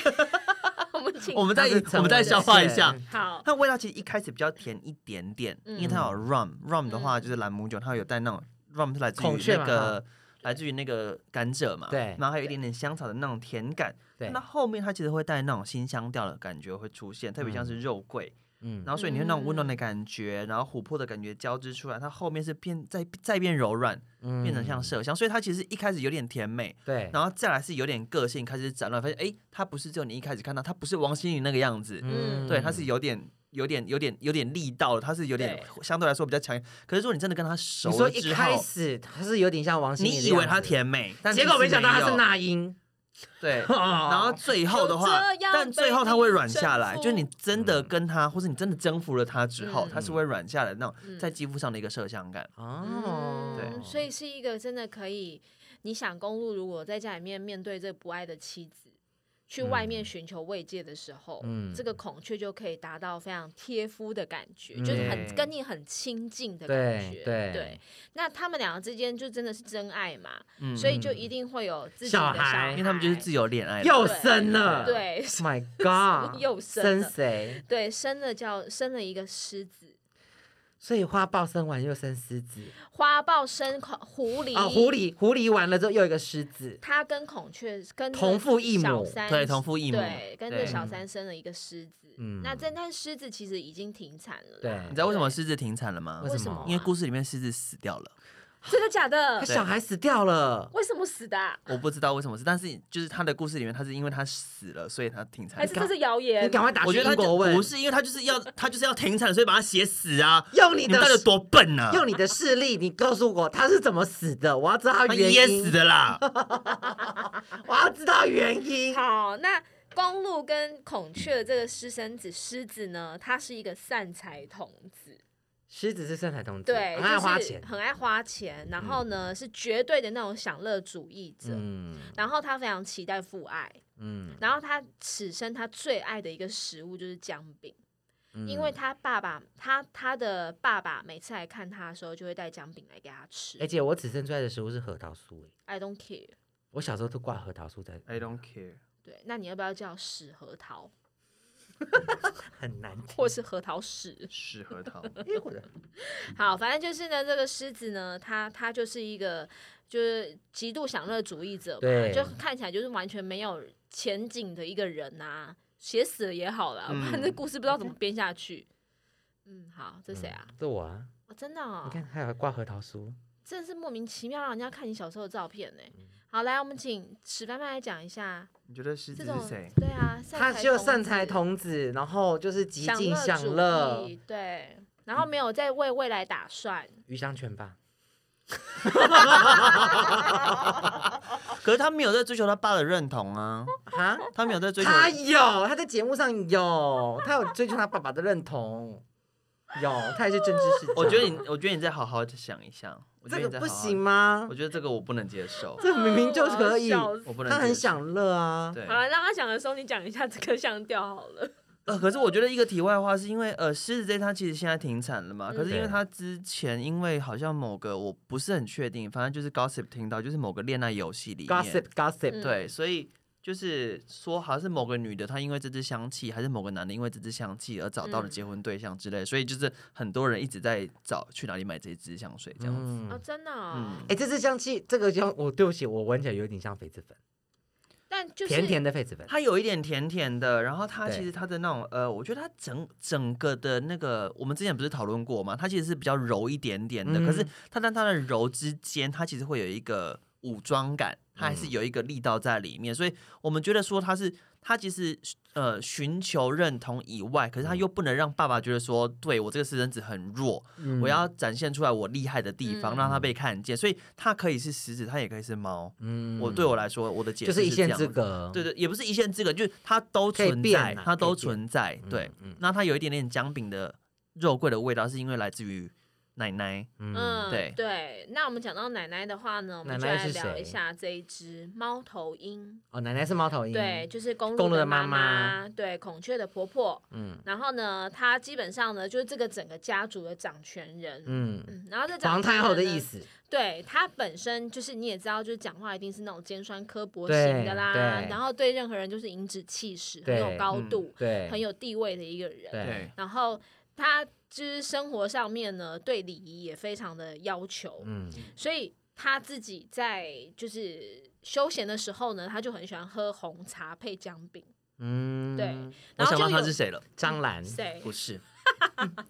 Speaker 3: 我们请
Speaker 2: 我们再
Speaker 4: 他是成
Speaker 2: 我们再
Speaker 4: 为了
Speaker 2: 消化一下
Speaker 4: 线。
Speaker 3: 好，
Speaker 2: 它的味道其实一开始比较甜一点点，
Speaker 3: 嗯
Speaker 2: 因为它有 rum rum
Speaker 4: 嗯
Speaker 2: 的话就是兰姆酒，它有带那种 rum 是来自
Speaker 4: 孔
Speaker 2: 于
Speaker 4: 雀
Speaker 2: 那
Speaker 4: 嘛
Speaker 2: 个来自于那个甘蔗嘛，
Speaker 4: 对
Speaker 2: 然后还有一点点香草的那种甜感。
Speaker 4: 对
Speaker 2: 那，后面它其实会带那种新香调的感觉会出现，特别像是肉桂，
Speaker 4: 嗯，
Speaker 2: 然后所以你会那种温暖的感觉，然后琥珀的感觉交织出来，它后面是变再再变柔软，
Speaker 4: 嗯
Speaker 2: 变成像麝香，所以它其实一开始有点甜美，
Speaker 4: 对，
Speaker 2: 然后再来是有点个性开始展露，发现哎，诶它不是只有你一开始看到，它不是王心凌那个样子，
Speaker 3: 嗯
Speaker 2: 对，它是有点有点有点有点力道了，他是有点相对来说比较强。可是如果你真的跟他熟
Speaker 4: 你说
Speaker 2: 了
Speaker 4: 一
Speaker 2: 之
Speaker 4: 开
Speaker 2: 后，
Speaker 4: 始他是有点像王心凌的样
Speaker 2: 你
Speaker 4: 子，
Speaker 2: 以为他甜美，但
Speaker 4: 结果
Speaker 2: 其实
Speaker 4: 没想到他
Speaker 2: 有哦
Speaker 4: 是那英，
Speaker 2: 对。
Speaker 4: 然
Speaker 2: 然后最后的话
Speaker 3: 就这，样
Speaker 2: 但最后他会软下来，
Speaker 3: 被你征服
Speaker 2: 就是你真的跟他，或是你真的征服了他之后
Speaker 3: 嗯，
Speaker 2: 他是会软下来的那种
Speaker 3: 嗯
Speaker 2: 在肌肤上的一个麝香感。
Speaker 4: 哦
Speaker 3: 嗯，
Speaker 2: 对
Speaker 3: 所以是一个真的可以，你想公路如果在家里面面对这不爱的妻子，去外面寻求慰藉的时候，
Speaker 4: 嗯
Speaker 3: 这个孔雀就可以达到非常贴肤的感觉，
Speaker 4: 嗯
Speaker 3: 就是很
Speaker 2: 对
Speaker 3: 跟你很亲近的感
Speaker 4: 对
Speaker 3: 觉，
Speaker 4: 对
Speaker 3: 对，那他们两个之间就真的是真爱嘛，
Speaker 2: 嗯，
Speaker 3: 所以就一定会有自己的
Speaker 4: 小
Speaker 3: 小
Speaker 4: 孩
Speaker 2: 因为他们就是自哦由恋爱，
Speaker 4: 又生了，
Speaker 3: 对
Speaker 4: Oh，My God，
Speaker 3: 又生
Speaker 4: 生
Speaker 3: 了
Speaker 4: 谁？
Speaker 3: 对，生了叫生了一个狮子，
Speaker 4: 所以花豹生完又生狮子，
Speaker 3: 花豹生孔狐狸，
Speaker 4: 哦，狐。狸，狐狸完了之后又一个狮子，
Speaker 3: 他跟孔雀跟
Speaker 4: 同
Speaker 3: 那
Speaker 4: 父
Speaker 3: 个
Speaker 4: 异
Speaker 3: 小
Speaker 4: 母
Speaker 3: 三
Speaker 2: 对同父异母。
Speaker 3: 对，跟着
Speaker 2: 对
Speaker 3: 小三生了一个狮子。
Speaker 4: 嗯
Speaker 3: 那这但狮子其实已经停产了啦。
Speaker 4: 对
Speaker 2: 你知道为什么狮子停产了吗？
Speaker 4: 为
Speaker 3: 为
Speaker 4: 什
Speaker 3: 什
Speaker 4: 么
Speaker 3: 么啊？
Speaker 2: 因为故事里面狮子死掉了，
Speaker 3: 真的假 的
Speaker 4: 他？哎小孩死掉了，
Speaker 3: 为什么死的啊？
Speaker 2: 我不知道为什么是，但是就是他的故事里面，他是因为他死了，所以他停产
Speaker 3: 还。是这是谣
Speaker 4: 你
Speaker 3: 言？
Speaker 4: 赶快打
Speaker 2: 我
Speaker 4: 去
Speaker 2: 觉得他
Speaker 4: 英国
Speaker 2: 就
Speaker 4: 问，
Speaker 2: 不是因为他就是要他就是要停产，所以把他写死啊！
Speaker 4: 用
Speaker 2: 你
Speaker 4: 你的
Speaker 2: 们到底有多笨啊？
Speaker 4: 用你的视力，你告诉我他是怎么死的，我要知道
Speaker 2: 他
Speaker 4: 原
Speaker 2: 噎
Speaker 4: 因
Speaker 2: 死，的啦！
Speaker 4: 我要知道原因。
Speaker 3: 好，那公鹿跟孔雀的这个私生子狮子呢，它是一个散财童子，
Speaker 4: 狮子是圣海童子，
Speaker 3: 对，
Speaker 4: 很爱
Speaker 3: 就是
Speaker 4: 花钱，
Speaker 3: 很爱花钱，然后呢是绝对的那种享乐主义者。
Speaker 4: 嗯
Speaker 3: 然后他非常期待父爱，
Speaker 4: 嗯，
Speaker 3: 然后他此生他最爱的一个食物就是姜饼。
Speaker 4: 嗯
Speaker 3: 因为他爸爸，他他的爸爸每次来看他的时候，就会带姜饼来给他吃。
Speaker 4: 而且我此生最爱的食物是核桃酥，哎，
Speaker 3: I don't care。
Speaker 4: 我小时候都挂核桃酥在，
Speaker 2: I don't care。
Speaker 3: 对，那你要不要叫屎核桃，
Speaker 4: 很 难欸听，
Speaker 3: 或是核桃屎？
Speaker 2: 屎核桃，
Speaker 4: 一会 儿
Speaker 3: 好，反正就是呢，这个狮子呢，它它就是一个就是极度享乐主义者嘛，
Speaker 4: 对
Speaker 3: 就看起来就是完全没有前景的一个人呐、写死了也好啦，
Speaker 2: 嗯
Speaker 3: 反正故事不知道怎么编下去。嗯，好，这谁啊？
Speaker 4: 嗯？这我啊，
Speaker 3: 哦、真的、哦，
Speaker 4: 你看还有挂核桃酥，
Speaker 3: 真的是莫名其妙让人家看你小时候的照片呢。好，来，我们请史帆帆来讲一下
Speaker 2: 你觉得狮
Speaker 3: 这
Speaker 2: 子
Speaker 3: 种
Speaker 2: 是谁？
Speaker 3: 对啊，善
Speaker 4: 他
Speaker 3: 财
Speaker 4: 就
Speaker 3: 童
Speaker 4: 善
Speaker 3: 子
Speaker 4: 财童子，然后就是极尽享
Speaker 3: 主
Speaker 4: 乐，
Speaker 3: 义，对，然后没有在为未来打算。
Speaker 4: 鱼香拳吧。哦
Speaker 2: 可是他没有在追求他爸的认同啊，
Speaker 4: 啊，
Speaker 2: 他没有在追求。
Speaker 4: 他有，他在节目上有，他有追求他爸爸的认同，有，他也是政治世家。
Speaker 2: 我觉得你，我觉得你再好好地想一想。我觉
Speaker 4: 这
Speaker 2: 得你再好
Speaker 4: 个
Speaker 2: 啊
Speaker 4: 不
Speaker 2: 好
Speaker 4: 行？吗
Speaker 2: 我？觉得这个我不能接受，
Speaker 4: 这明明就
Speaker 3: 我要
Speaker 4: 可以，
Speaker 3: 笑死
Speaker 2: 我不能。
Speaker 4: 他很。享乐啊。
Speaker 2: 对
Speaker 3: 好，了，让他讲的时候，你讲一下这个香调好了。
Speaker 2: 呃，可是我觉得一个题外话是因为，呃，狮子这它其实现在停产了嘛，
Speaker 3: 嗯
Speaker 2: 可是因为它之前因为好像某个我不是很确定，反正就是 gossip 听到就是某个恋爱游戏里面
Speaker 4: Gossip gossip，
Speaker 3: 嗯
Speaker 2: 对，所以就是说，好像是某个女的，她因为这支香气，还是某个男的因为这支香气而找到了
Speaker 3: 嗯
Speaker 2: 结婚对象之类，所以就是很多人一直在找去哪里买这支香水这样子。
Speaker 3: 哦，
Speaker 4: 嗯，
Speaker 3: 真的、哦，
Speaker 2: 嗯
Speaker 4: 哎，这支香气，这个香，我对不起，我闻起来有点像痱子粉，
Speaker 3: 但就是
Speaker 4: 甜甜的痱子粉。
Speaker 2: 它有一点甜甜的，然后它
Speaker 4: 对
Speaker 2: 其实它的那种呃，我觉得它整整个的那个，我们之前不是讨论过吗？它其实是比较柔一点点的，
Speaker 4: 嗯
Speaker 2: 可是它但它的柔之间，它其实会有一个武装感，它还是
Speaker 4: 嗯
Speaker 2: 有一个力道在里面，所以我们觉得说它是它其实呃寻求认同以外，可是它又不能让爸爸觉得说对我这个私生子很弱，
Speaker 4: 嗯
Speaker 2: 我要展现出来我厉害的地方，
Speaker 3: 嗯
Speaker 2: 让他被看见，所以它可以是狮子，它也可以是猫。
Speaker 4: 嗯
Speaker 2: 我对我来说，我的解
Speaker 4: 就
Speaker 2: 释
Speaker 4: 是一
Speaker 2: 这
Speaker 4: 线
Speaker 2: 样
Speaker 4: 之
Speaker 2: 子
Speaker 4: 隔。
Speaker 2: 对对，也不是一线之隔，就是它都
Speaker 4: 可以
Speaker 2: 存
Speaker 4: 变
Speaker 2: 在
Speaker 4: 啊，
Speaker 2: 它
Speaker 4: 可以
Speaker 2: 都
Speaker 4: 变
Speaker 2: 存在。
Speaker 4: 嗯，
Speaker 2: 对，
Speaker 4: 嗯
Speaker 2: 那它有一点点姜饼的肉桂的味道，是因为来自于奶奶。
Speaker 3: 嗯，
Speaker 2: 对
Speaker 3: 对。那我们讲到奶奶的话呢，我们就
Speaker 4: 奶奶
Speaker 3: 来
Speaker 4: 是
Speaker 3: 聊
Speaker 4: 谁
Speaker 3: 一下这一只猫头鹰。
Speaker 4: 哦，奶奶是猫头鹰。
Speaker 3: 对，，就是公
Speaker 4: 公
Speaker 3: 鹿
Speaker 4: 鹿
Speaker 3: 的
Speaker 4: 的妈
Speaker 3: 妈，对，孔雀的婆婆。
Speaker 4: 嗯
Speaker 3: 然后呢，她基本上呢，就是这个整个家族的掌权人。
Speaker 4: 嗯，
Speaker 3: 嗯，然后这
Speaker 4: 皇
Speaker 3: 掌权
Speaker 4: 太后的
Speaker 3: 人呢
Speaker 4: 意，思。
Speaker 3: 对她本身就是你也知道，就是讲话一定是那种尖酸刻薄型的啦，
Speaker 4: 对对
Speaker 3: 然后对任何人就是颐指气使，很有
Speaker 4: 对
Speaker 3: 高
Speaker 2: 嗯
Speaker 3: 度，
Speaker 4: 对，
Speaker 3: 很有地位的一个人。
Speaker 4: 对，
Speaker 3: 然后她就是生活上面呢，对礼仪也非常的要求，
Speaker 4: 嗯
Speaker 3: 所以她自己在就是休闲的时候呢，她就很喜欢喝红茶配姜饼。
Speaker 4: 嗯，
Speaker 3: 对，
Speaker 2: 我
Speaker 3: 然后
Speaker 2: 想
Speaker 3: 就
Speaker 2: 到
Speaker 3: 有
Speaker 2: 他是谁了？
Speaker 4: 张兰
Speaker 3: 谁
Speaker 2: 不 是，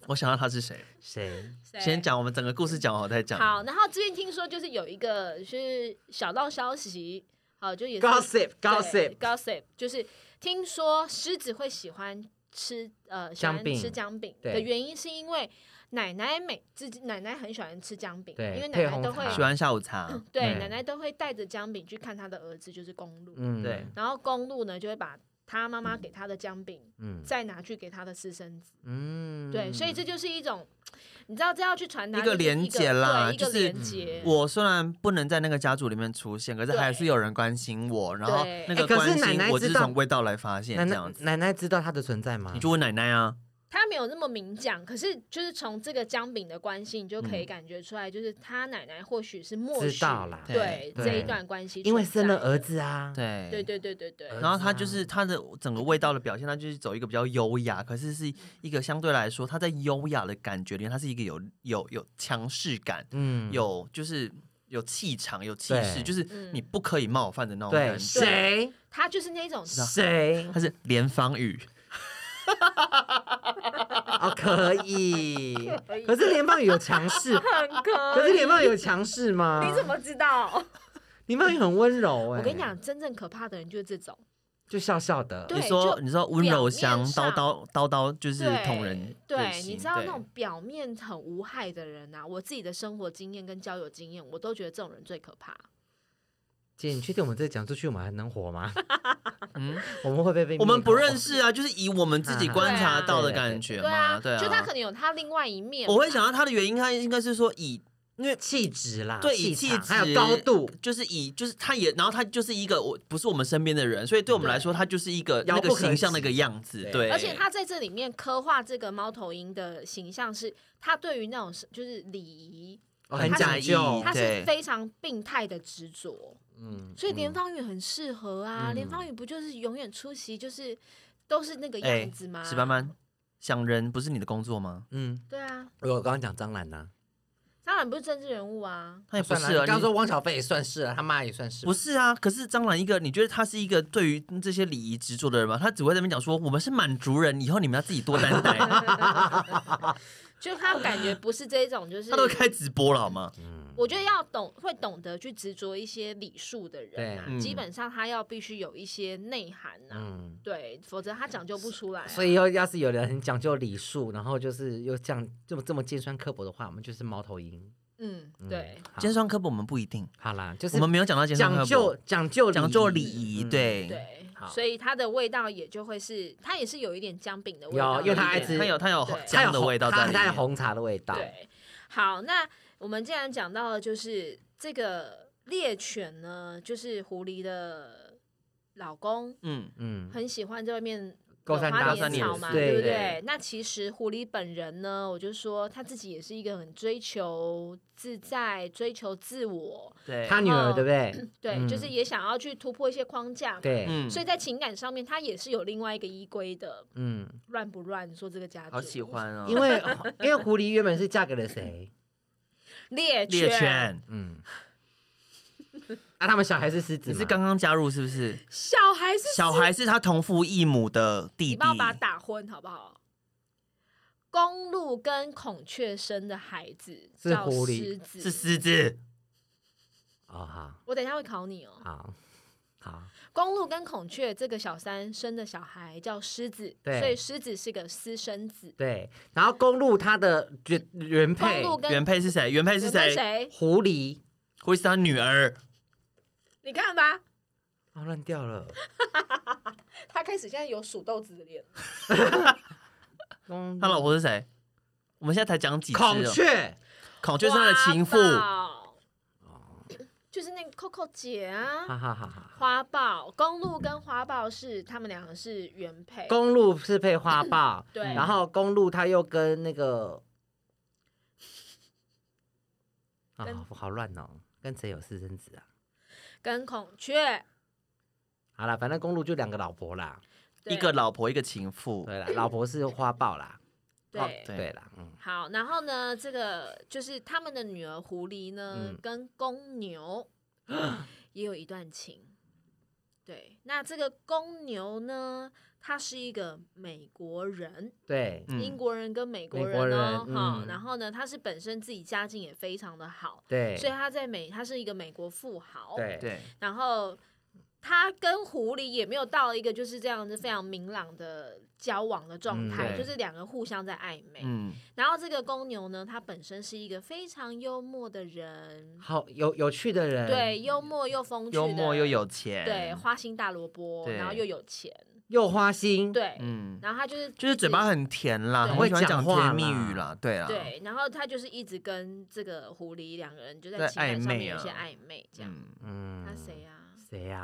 Speaker 2: 我想到他是谁。
Speaker 4: 谁？
Speaker 3: 谁
Speaker 2: 先。讲我们整个故事讲完，我再讲。
Speaker 3: 好，然后这边听说就是有一个是小道消息，好就也是
Speaker 4: gossip
Speaker 3: 对
Speaker 4: gossip，
Speaker 3: gossip，就是听说狮子会喜欢吃呃喜
Speaker 4: 姜
Speaker 3: 欢
Speaker 4: 饼
Speaker 3: 吃姜饼
Speaker 4: 对
Speaker 3: 的原因，是因为奶奶每自己奶奶很喜欢吃姜饼，
Speaker 4: 对
Speaker 3: 因
Speaker 4: 配
Speaker 3: 为奶奶
Speaker 4: 红
Speaker 3: 都
Speaker 4: 茶
Speaker 3: 会
Speaker 2: 喜欢下午茶，
Speaker 3: 对
Speaker 4: 嗯
Speaker 3: 奶奶都会带着姜饼去看她的儿子，就是公路，
Speaker 4: 嗯
Speaker 2: 对
Speaker 3: 然后公路呢就会把他妈妈给他的姜饼
Speaker 4: 嗯
Speaker 3: 再拿去给他的私生子，
Speaker 4: 嗯
Speaker 3: 对，所以这就是一种，你知道这要去传达
Speaker 2: 一个
Speaker 3: 就是
Speaker 2: 连
Speaker 3: 一
Speaker 2: 结啦
Speaker 3: 对一个
Speaker 2: 就是
Speaker 3: 连接，
Speaker 2: 我虽然不能在那个家族里面出现，可是还是有人关心我，然后
Speaker 3: 对
Speaker 2: 那个
Speaker 4: 哎可是
Speaker 2: 关
Speaker 4: 奶
Speaker 2: 心
Speaker 4: 奶
Speaker 2: 我就是
Speaker 4: 知道
Speaker 2: 从味道来发现
Speaker 4: 奶
Speaker 2: 这
Speaker 4: 奶
Speaker 2: 样子。
Speaker 4: 奶奶知道它的存在吗？
Speaker 2: 你就问奶奶啊，
Speaker 3: 他没有那么明讲，可是就是从这个姜饼的关系，你就可以感觉出来，就是他奶奶或许是默
Speaker 4: 嗯
Speaker 3: 许
Speaker 4: 知道啦
Speaker 3: 对
Speaker 4: 对
Speaker 3: 这一段关系，
Speaker 4: 因为生了儿，子啊，
Speaker 2: 对
Speaker 3: 对。对对对对，
Speaker 4: 儿
Speaker 2: 然后
Speaker 4: 子
Speaker 2: 他
Speaker 4: 啊
Speaker 2: 就是他的整个味道的表现，他就是走一个比较优雅，可是是一个相对来说，他在优雅的感觉里，他是一个有有有强势感，
Speaker 4: 嗯，
Speaker 2: 有就是有气场、有气
Speaker 4: 对
Speaker 2: 势，就是
Speaker 3: 嗯
Speaker 2: 你不可以冒犯的那种
Speaker 4: 对
Speaker 2: 感觉。
Speaker 4: 谁
Speaker 3: 他就是那种
Speaker 4: 谁
Speaker 2: 他是连方宇，
Speaker 4: 哦可以
Speaker 3: 可以，
Speaker 4: 可是联邦语有强势，
Speaker 3: 很
Speaker 4: 可
Speaker 3: 可
Speaker 4: 是
Speaker 3: 以
Speaker 4: 联邦语有强势吗？
Speaker 3: 你怎么知 道？
Speaker 4: 联邦语很温柔哎，
Speaker 3: 我跟你，讲，真正可怕的人就是这种，
Speaker 4: 就笑笑的，
Speaker 3: 对
Speaker 2: 你说
Speaker 3: 就
Speaker 2: 你说温柔
Speaker 3: 表
Speaker 2: 乡
Speaker 3: 面
Speaker 2: 叨
Speaker 3: 上
Speaker 2: 叨叨叨就是
Speaker 3: 对
Speaker 2: 同人的
Speaker 3: 对，
Speaker 2: 心
Speaker 3: 你知道
Speaker 2: 对
Speaker 3: 那种表面很无害的人啊，我自己的生活经验跟交友经验，我都觉得这种人最可怕。
Speaker 4: 姐，你确定我们这讲出去，我们还能活 吗？
Speaker 2: 嗯，
Speaker 4: 我们会不会被
Speaker 2: 我们不认
Speaker 4: 识？
Speaker 2: 识啊，就是以我们自己观察到的感觉嘛，
Speaker 3: 啊，
Speaker 2: 对
Speaker 3: 就他可能有他另外一面嘛，
Speaker 2: 我会想到他的原因，他应该是说以
Speaker 4: 气质啦，
Speaker 2: 对以
Speaker 4: 气
Speaker 2: 气
Speaker 4: 场
Speaker 2: 质
Speaker 4: 还有高度，
Speaker 2: 就是以就是他也，然后他就是一个我不是我们身边的人，所以对我们来说，他就是一个
Speaker 4: 遥
Speaker 2: 那
Speaker 4: 不
Speaker 2: 个
Speaker 4: 可
Speaker 2: 形象
Speaker 4: 及
Speaker 2: 那个样子，
Speaker 4: 对
Speaker 2: 对，
Speaker 3: 而且他在这里面刻画这个猫头鹰的形象是，他对于那种是就是礼仪，
Speaker 4: 哦很
Speaker 3: 他是
Speaker 4: 讲究
Speaker 2: 以
Speaker 3: 他，
Speaker 2: 对
Speaker 3: 是非常病态的执着，
Speaker 4: 嗯
Speaker 3: 所以连方宇很适合啊。
Speaker 4: 嗯
Speaker 3: 连方宇不就是永远出席就是都是那个
Speaker 2: 哎
Speaker 3: 样子
Speaker 4: 啊
Speaker 3: 吗？
Speaker 2: 史班班想人不是你的工作吗？
Speaker 4: 嗯，
Speaker 3: 对啊，
Speaker 4: 我刚刚讲啊张兰呐，当
Speaker 3: 当然不是政治人物啊，
Speaker 2: 他也不
Speaker 4: 哦算了
Speaker 2: 是
Speaker 4: 你
Speaker 2: 啊，
Speaker 4: 刚刚
Speaker 2: 你
Speaker 4: 说汪小菲也算是啊，他妈也算是，
Speaker 2: 不是啊，可是张兰一个，你觉得他是一个对于这些礼仪执着的人吗？他只会在那边讲说我们是满族人，以后你们要自己多担 待。
Speaker 3: 就他感觉不是这种，就是
Speaker 2: 他都开直播了好吗？
Speaker 4: 嗯
Speaker 3: 我觉得要懂会懂得去执着一些礼数的人啊
Speaker 4: 对，
Speaker 2: 嗯
Speaker 3: 基本上他要必须有一些内涵啊，
Speaker 4: 嗯。
Speaker 3: 对，否则他讲究不出来、啊。
Speaker 4: 所以要要是有人很讲究礼数，然后就是又这样这么这么尖酸刻薄的话，我们就是猫头鹰。
Speaker 3: 嗯，对，
Speaker 4: 好
Speaker 2: 尖酸刻薄我们不一定，
Speaker 4: 好啦，就是
Speaker 2: 我们没有讲到尖酸刻
Speaker 4: 讲
Speaker 2: 薄
Speaker 4: 究，讲究
Speaker 2: 讲究礼
Speaker 4: 仪，
Speaker 2: 仪，
Speaker 4: 嗯
Speaker 2: 对。
Speaker 3: 对
Speaker 4: 好，
Speaker 3: 所以它的味道也就会是，它也是有一点姜饼的味
Speaker 4: 有
Speaker 3: 道，
Speaker 4: 哦因为它
Speaker 3: 对
Speaker 4: 爱
Speaker 3: 不
Speaker 4: 吃
Speaker 3: 对
Speaker 2: 它有它有
Speaker 3: 对
Speaker 4: 它有
Speaker 2: 姜的味道
Speaker 4: 红
Speaker 2: 在
Speaker 4: 它
Speaker 2: 里
Speaker 4: 它有
Speaker 2: 面。
Speaker 4: 红茶的味道。
Speaker 3: 对，好，那我们既然讲到了，就是这个猎犬呢，就是狐狸的老公。
Speaker 2: 嗯，
Speaker 4: 嗯，
Speaker 3: 很喜欢在外面
Speaker 4: 高山
Speaker 3: 花
Speaker 4: 大
Speaker 2: 山
Speaker 3: 野
Speaker 2: 也
Speaker 3: 草
Speaker 2: 是
Speaker 3: 嘛，
Speaker 4: 对
Speaker 3: 对不
Speaker 4: 对
Speaker 3: 对？那其实狐狸本人呢，我就说他自己也是一个很追求自在、追求自我，
Speaker 2: 对，
Speaker 4: 他女儿
Speaker 3: 然后
Speaker 4: 对不对？
Speaker 3: 对，
Speaker 4: 嗯
Speaker 3: 就是也想要去突破一些框架嘛。
Speaker 4: 对，
Speaker 2: 嗯，
Speaker 3: 所以在情感上面，他也是有另外一个依归的，
Speaker 4: 嗯，
Speaker 3: 乱不乱？说这个家族，
Speaker 2: 好喜欢哦，
Speaker 4: 因为 因为狐狸原本是嫁给了谁？
Speaker 3: 猎
Speaker 2: 猎犬，
Speaker 4: 嗯，啊，他们小孩是狮子
Speaker 2: 你
Speaker 4: 嘛，
Speaker 2: 是刚刚加入是不是？
Speaker 3: 小孩是
Speaker 2: 小孩是他同父异母的弟
Speaker 3: 你
Speaker 2: 弟
Speaker 3: 帮，我把它打昏好不好？公鹿跟孔雀生的孩子
Speaker 4: 是
Speaker 3: 叫
Speaker 4: 狐狸
Speaker 3: 狮子，
Speaker 2: 是狮子。
Speaker 4: 哦，好
Speaker 3: 我等一下会考你哦。
Speaker 4: 好好，
Speaker 3: 公鹿跟孔雀这个小三生的小孩叫狮子，
Speaker 4: 对
Speaker 3: 所以狮子是个私生子。
Speaker 4: 对。然后公路它的原原
Speaker 3: 公
Speaker 4: 配
Speaker 3: 鹿跟
Speaker 2: 原配是谁？原配是
Speaker 3: 原配
Speaker 2: 谁？
Speaker 3: 谁？
Speaker 4: 狐狸，
Speaker 2: 会是他女儿。
Speaker 3: 你看吧，
Speaker 4: 啊，乱掉 了。
Speaker 3: 他开始现在有数豆子的脸了。
Speaker 4: 公
Speaker 2: 他老婆是谁？我们现在才讲几只
Speaker 4: 孔
Speaker 2: 哦，
Speaker 4: 雀，
Speaker 2: 孔雀是他的情妇。哦
Speaker 3: 花豹就是那个 Coco 姐啊，
Speaker 4: 哈哈哈哈。
Speaker 3: 花豹公路跟花豹是他们两个是原配，
Speaker 4: 公路是配花豹，
Speaker 3: 对
Speaker 2: 嗯
Speaker 4: 然后公路他又跟那个啊
Speaker 3: 跟，
Speaker 4: 好乱哦，跟谁有私生子啊？
Speaker 3: 跟孔雀
Speaker 4: 好啦，反正公路就两个老婆啦，
Speaker 3: 对
Speaker 2: 一个老婆，一个情妇，
Speaker 4: 对啦，老婆是花豹啦，
Speaker 3: 对。
Speaker 4: 哦
Speaker 2: 对
Speaker 4: 对啦，嗯，
Speaker 3: 好，然后呢，这个就是他们的女儿狐狸呢，
Speaker 4: 嗯
Speaker 3: 跟公牛也有一段情。对，那这个公牛呢，他是一个美国人，
Speaker 4: 对，
Speaker 2: 嗯
Speaker 3: 英国人跟美国
Speaker 4: 美国
Speaker 3: 人
Speaker 4: 人
Speaker 3: 哦，哈、
Speaker 4: 嗯
Speaker 3: 然后呢，他是本身自己家境也非常的好，
Speaker 4: 对，
Speaker 3: 所以他在美，他是一个美国富豪，，
Speaker 4: 对，
Speaker 2: 对，
Speaker 3: 然后他跟狐狸也没有到一个就是这样子非常明朗的交往的状态，
Speaker 2: 嗯对
Speaker 3: 就是两个互相在暧昧。
Speaker 2: 嗯，
Speaker 3: 然后这个公牛呢，他本身是一个非常幽默的人，
Speaker 4: 好有有趣的人，，
Speaker 3: 对，幽默又风趣的，
Speaker 2: 嗯幽默又有钱，
Speaker 3: 对花心大萝卜，
Speaker 2: 对
Speaker 3: 然后又有钱，
Speaker 4: 又花心，，
Speaker 3: 对，
Speaker 2: 嗯，
Speaker 3: 然后他就是
Speaker 2: 就是嘴巴很甜啦，
Speaker 3: 对
Speaker 2: 很喜欢
Speaker 4: 很
Speaker 2: 讲
Speaker 4: 会讲话
Speaker 2: 甜蜜语啦，对啦，
Speaker 3: 对，然后他就是一直跟这个狐狸两个人就在
Speaker 2: 在
Speaker 3: 情感
Speaker 2: 暧
Speaker 3: 上
Speaker 2: 昧
Speaker 3: 面有一
Speaker 2: 啊
Speaker 3: 些暧昧这样。
Speaker 2: 嗯，
Speaker 4: 嗯
Speaker 3: 那谁啊呀？
Speaker 4: 谁啊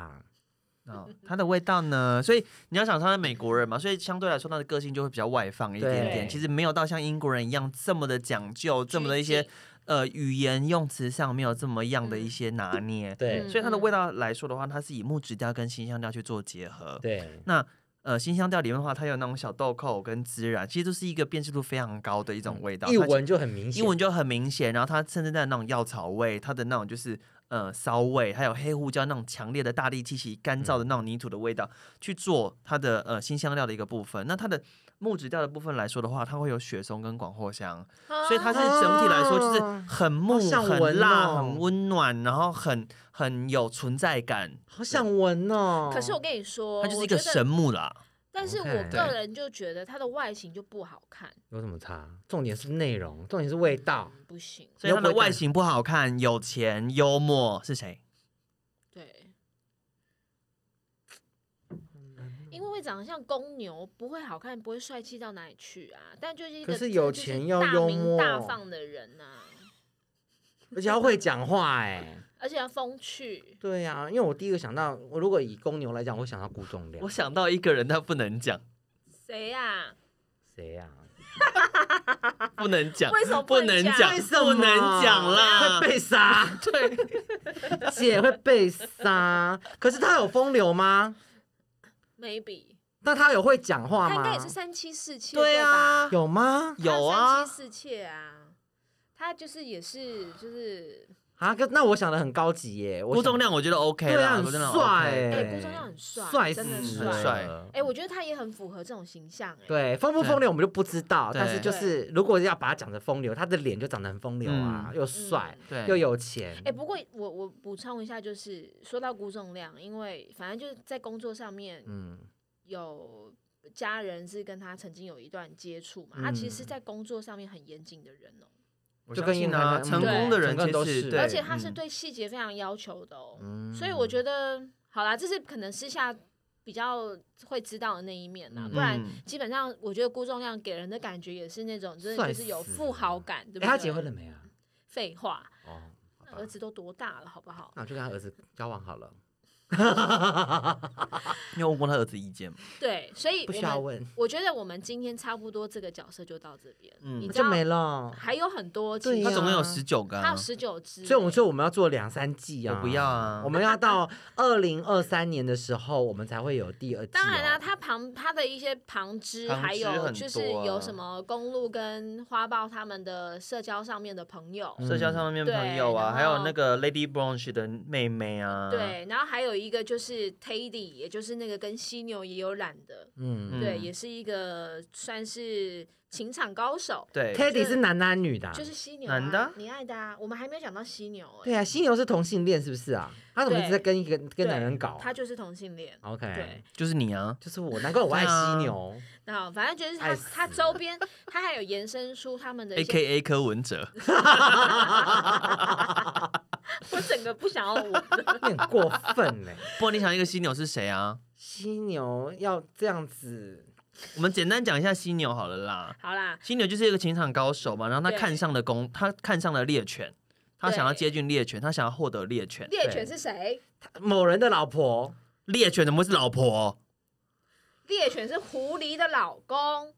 Speaker 4: 呀？
Speaker 2: 哦，它的味道呢？所以你要想他是美国人嘛，所以相对来说他的个性就会比较外放一点
Speaker 3: 对
Speaker 2: 点。其实没有到像英国人一样这么的讲究，这么的一些
Speaker 3: 拘谨
Speaker 2: 呃语言用词上没有这么样的
Speaker 3: 嗯
Speaker 2: 一些拿捏。
Speaker 4: 对
Speaker 3: 嗯
Speaker 2: 所以它的味道来说的话，它是以木质调跟新香调去做结合。
Speaker 4: 对，
Speaker 2: 那呃，新香调里面的话，它有那种小豆蔻跟孜然，其实都是一个辨识度非常高的一
Speaker 3: 嗯
Speaker 2: 种味道。
Speaker 4: 一
Speaker 2: 它其
Speaker 4: 闻就很明显，
Speaker 2: 英文就很明显，然后它甚至在那种药草味，它的那种就是呃骚味，还有黑胡椒那种强烈的大地气息、干燥的那种泥土的味道，去做它的呃新香料的一个部分。那它的木质调的部分来说的话，它会有雪松跟广藿香，
Speaker 3: 嗯
Speaker 2: 所以它是整体来说就是很木、
Speaker 4: 哦好想闻
Speaker 2: 很辣、
Speaker 4: 哦
Speaker 2: 很温暖，然后很很有存在感。
Speaker 4: 好想闻哦。
Speaker 3: 嗯可是我跟你说，
Speaker 2: 它就是
Speaker 3: 我
Speaker 2: 一个
Speaker 3: 觉得
Speaker 2: 神嗯木啦，
Speaker 3: 但是我
Speaker 4: OK
Speaker 3: 个人就觉得它的外形就不好看，
Speaker 4: 有什么差？重点是内容，重点是味道。
Speaker 3: 嗯不行。
Speaker 2: 所以它
Speaker 4: 你又
Speaker 2: 的
Speaker 4: 不会
Speaker 2: 外
Speaker 4: 看
Speaker 2: 形不好看，有钱、幽默是谁？
Speaker 3: 对，因为会长得像公牛，不会好看，不会帅气到哪里去啊。但就是一个
Speaker 4: 可是
Speaker 3: 真的
Speaker 4: 有
Speaker 3: 就
Speaker 4: 钱又
Speaker 3: 大
Speaker 4: 幽
Speaker 3: 名大
Speaker 4: 默
Speaker 3: 方的人啊呐、
Speaker 4: 而且他会讲话哎、
Speaker 3: 而且要风趣。
Speaker 4: 对呀、因为我第一个想到，我如果以公牛来讲，我会想到顾仲亮
Speaker 2: 我。想到一个人，他不能讲，
Speaker 3: 谁啊呀、
Speaker 4: 谁啊呀、
Speaker 2: 不能讲，
Speaker 3: 为什么
Speaker 2: 不
Speaker 3: 能
Speaker 2: 能
Speaker 3: 讲
Speaker 2: 讲？
Speaker 4: 为什么
Speaker 2: 不能讲啦？
Speaker 4: 会被 杀，
Speaker 2: 对，
Speaker 4: 姐会被杀。可是他有风流吗？
Speaker 3: m a y b e
Speaker 4: 那他有会讲话
Speaker 3: 他应该
Speaker 4: 吗
Speaker 3: 也是？三妻四妾
Speaker 2: 对
Speaker 3: 吧
Speaker 2: 啊？
Speaker 4: 有吗？
Speaker 3: 他
Speaker 2: 有啊
Speaker 3: 三妻，四妾啊。他就是也是就是，
Speaker 4: 啊，可那我想的很高级耶。我
Speaker 2: 郭
Speaker 4: 想
Speaker 2: 仲亮我觉得 OK
Speaker 4: 对啊，
Speaker 2: 啦，
Speaker 4: 很
Speaker 2: 郭仲亮
Speaker 4: 帅
Speaker 2: OK
Speaker 4: 耶，
Speaker 3: 哎、顾中亮很帅，
Speaker 4: 帅
Speaker 3: 真的
Speaker 4: 死
Speaker 2: 很
Speaker 3: 帅。
Speaker 2: 帅
Speaker 4: 了
Speaker 3: 哎、我觉得他也很符合这种形象、哎，
Speaker 4: 嗯对，风不风流我们就不知道，
Speaker 2: 对
Speaker 4: 但是就是如果要把它讲成风流，他的脸就长得很风流啊，
Speaker 2: 嗯
Speaker 4: 又帅
Speaker 3: 嗯
Speaker 2: 对，
Speaker 4: 又有钱
Speaker 3: 哎、。不过我我补充一下，就是说到顾仲亮，因为反正就是在工作上面
Speaker 4: 嗯，
Speaker 3: 有家人是跟他曾经有一段接触嘛，他其实是
Speaker 4: 嗯
Speaker 3: 在工作上面很严谨的人哦、
Speaker 2: 我
Speaker 4: 就
Speaker 2: 相
Speaker 4: 跟
Speaker 2: 信
Speaker 4: 英
Speaker 2: 啊，
Speaker 4: 男
Speaker 2: 成
Speaker 3: 对
Speaker 2: 功的人
Speaker 4: 成功都
Speaker 2: 其实
Speaker 4: 是
Speaker 2: 对
Speaker 3: 而且他是
Speaker 2: 嗯
Speaker 3: 对细节非常要求的哦、
Speaker 4: 嗯
Speaker 3: 所以我觉得好啦，这是可能私下比较会知道的那一面啦，不然。
Speaker 2: 嗯
Speaker 3: 基本上，我觉得顾仲亮给人的感觉也是那种，真的
Speaker 4: 帅
Speaker 3: 就是有
Speaker 4: 死
Speaker 3: 富
Speaker 4: 了
Speaker 3: 豪感，对不
Speaker 4: 哎，
Speaker 3: 对？
Speaker 4: 他结婚了？没啊？
Speaker 3: 废话，
Speaker 4: 哦，好吧
Speaker 3: 儿子都多大了，好不好？
Speaker 4: 那我就跟他儿子交往好了，
Speaker 2: 你有问过他儿子意见吗？
Speaker 3: 对，所以
Speaker 4: 不需
Speaker 3: 我
Speaker 4: 要
Speaker 3: 们
Speaker 4: 问，
Speaker 3: 我觉得我们今天差不多这个角色就到这边，
Speaker 2: 嗯
Speaker 3: 你
Speaker 4: 那
Speaker 3: 知
Speaker 4: 就
Speaker 3: 道
Speaker 4: 没了。
Speaker 3: 还有很多，
Speaker 4: 对
Speaker 3: 其
Speaker 4: 呀
Speaker 2: 他
Speaker 3: 实
Speaker 2: 总共有十九个
Speaker 3: 还
Speaker 2: 啊
Speaker 3: 有，十九只，
Speaker 4: 所以我们说我们要做两三季啊，
Speaker 2: 我不要啊
Speaker 4: 我们要 到二零二三年的时候，我们才会有第二季哦。
Speaker 3: 当然啦、它旁它的一些旁支，
Speaker 2: 旁支
Speaker 3: 还有
Speaker 2: 很
Speaker 3: 就是
Speaker 2: 多啊
Speaker 3: 有什么公路跟花豹他们的社交上面的朋友，
Speaker 4: 嗯
Speaker 2: 社交上面朋友啊，
Speaker 3: 对然后
Speaker 2: 还有那个 Lady Blanche 的妹妹啊，，
Speaker 3: 对，然后还有一个就是 Teddy，也就是那个跟犀牛也有染的，
Speaker 4: 嗯
Speaker 2: 嗯
Speaker 3: 对，也是一个算是情场高手，
Speaker 2: 对，
Speaker 4: ，Teddy 是男的还是女的啊？
Speaker 3: 就是犀牛、啊，
Speaker 2: 男的啊
Speaker 3: 你爱的啊，我们还没有讲到犀牛、欸，
Speaker 4: 对啊，犀牛是同性恋是不是啊？他怎么一直在跟一个跟男人搞啊？
Speaker 3: 他就是同性恋。对嗯
Speaker 4: OK，，
Speaker 2: 就是你啊，
Speaker 4: 就是我，难怪我爱犀牛。
Speaker 3: 然后反正就是他
Speaker 4: 爱死
Speaker 3: 他周边，他还有延伸出他们的一
Speaker 2: ，A
Speaker 3: 些，
Speaker 2: K A 柯文哲，
Speaker 3: 我整个不想要我的
Speaker 4: 你很过分呢、
Speaker 2: 不过你想一个犀牛是谁啊？
Speaker 4: 犀牛要这样子，
Speaker 2: 我们简单讲一下犀牛好了啦。
Speaker 3: 好啦，
Speaker 2: 犀牛就是一个情场高手嘛，然后他
Speaker 3: 对
Speaker 2: 看上了公，他看上了猎犬，他想要接近猎犬，他想要获得猎犬。
Speaker 3: 猎犬是谁？
Speaker 4: 某人的老婆，
Speaker 2: 猎犬怎么会是老婆？
Speaker 3: 猎犬是狐狸的老公，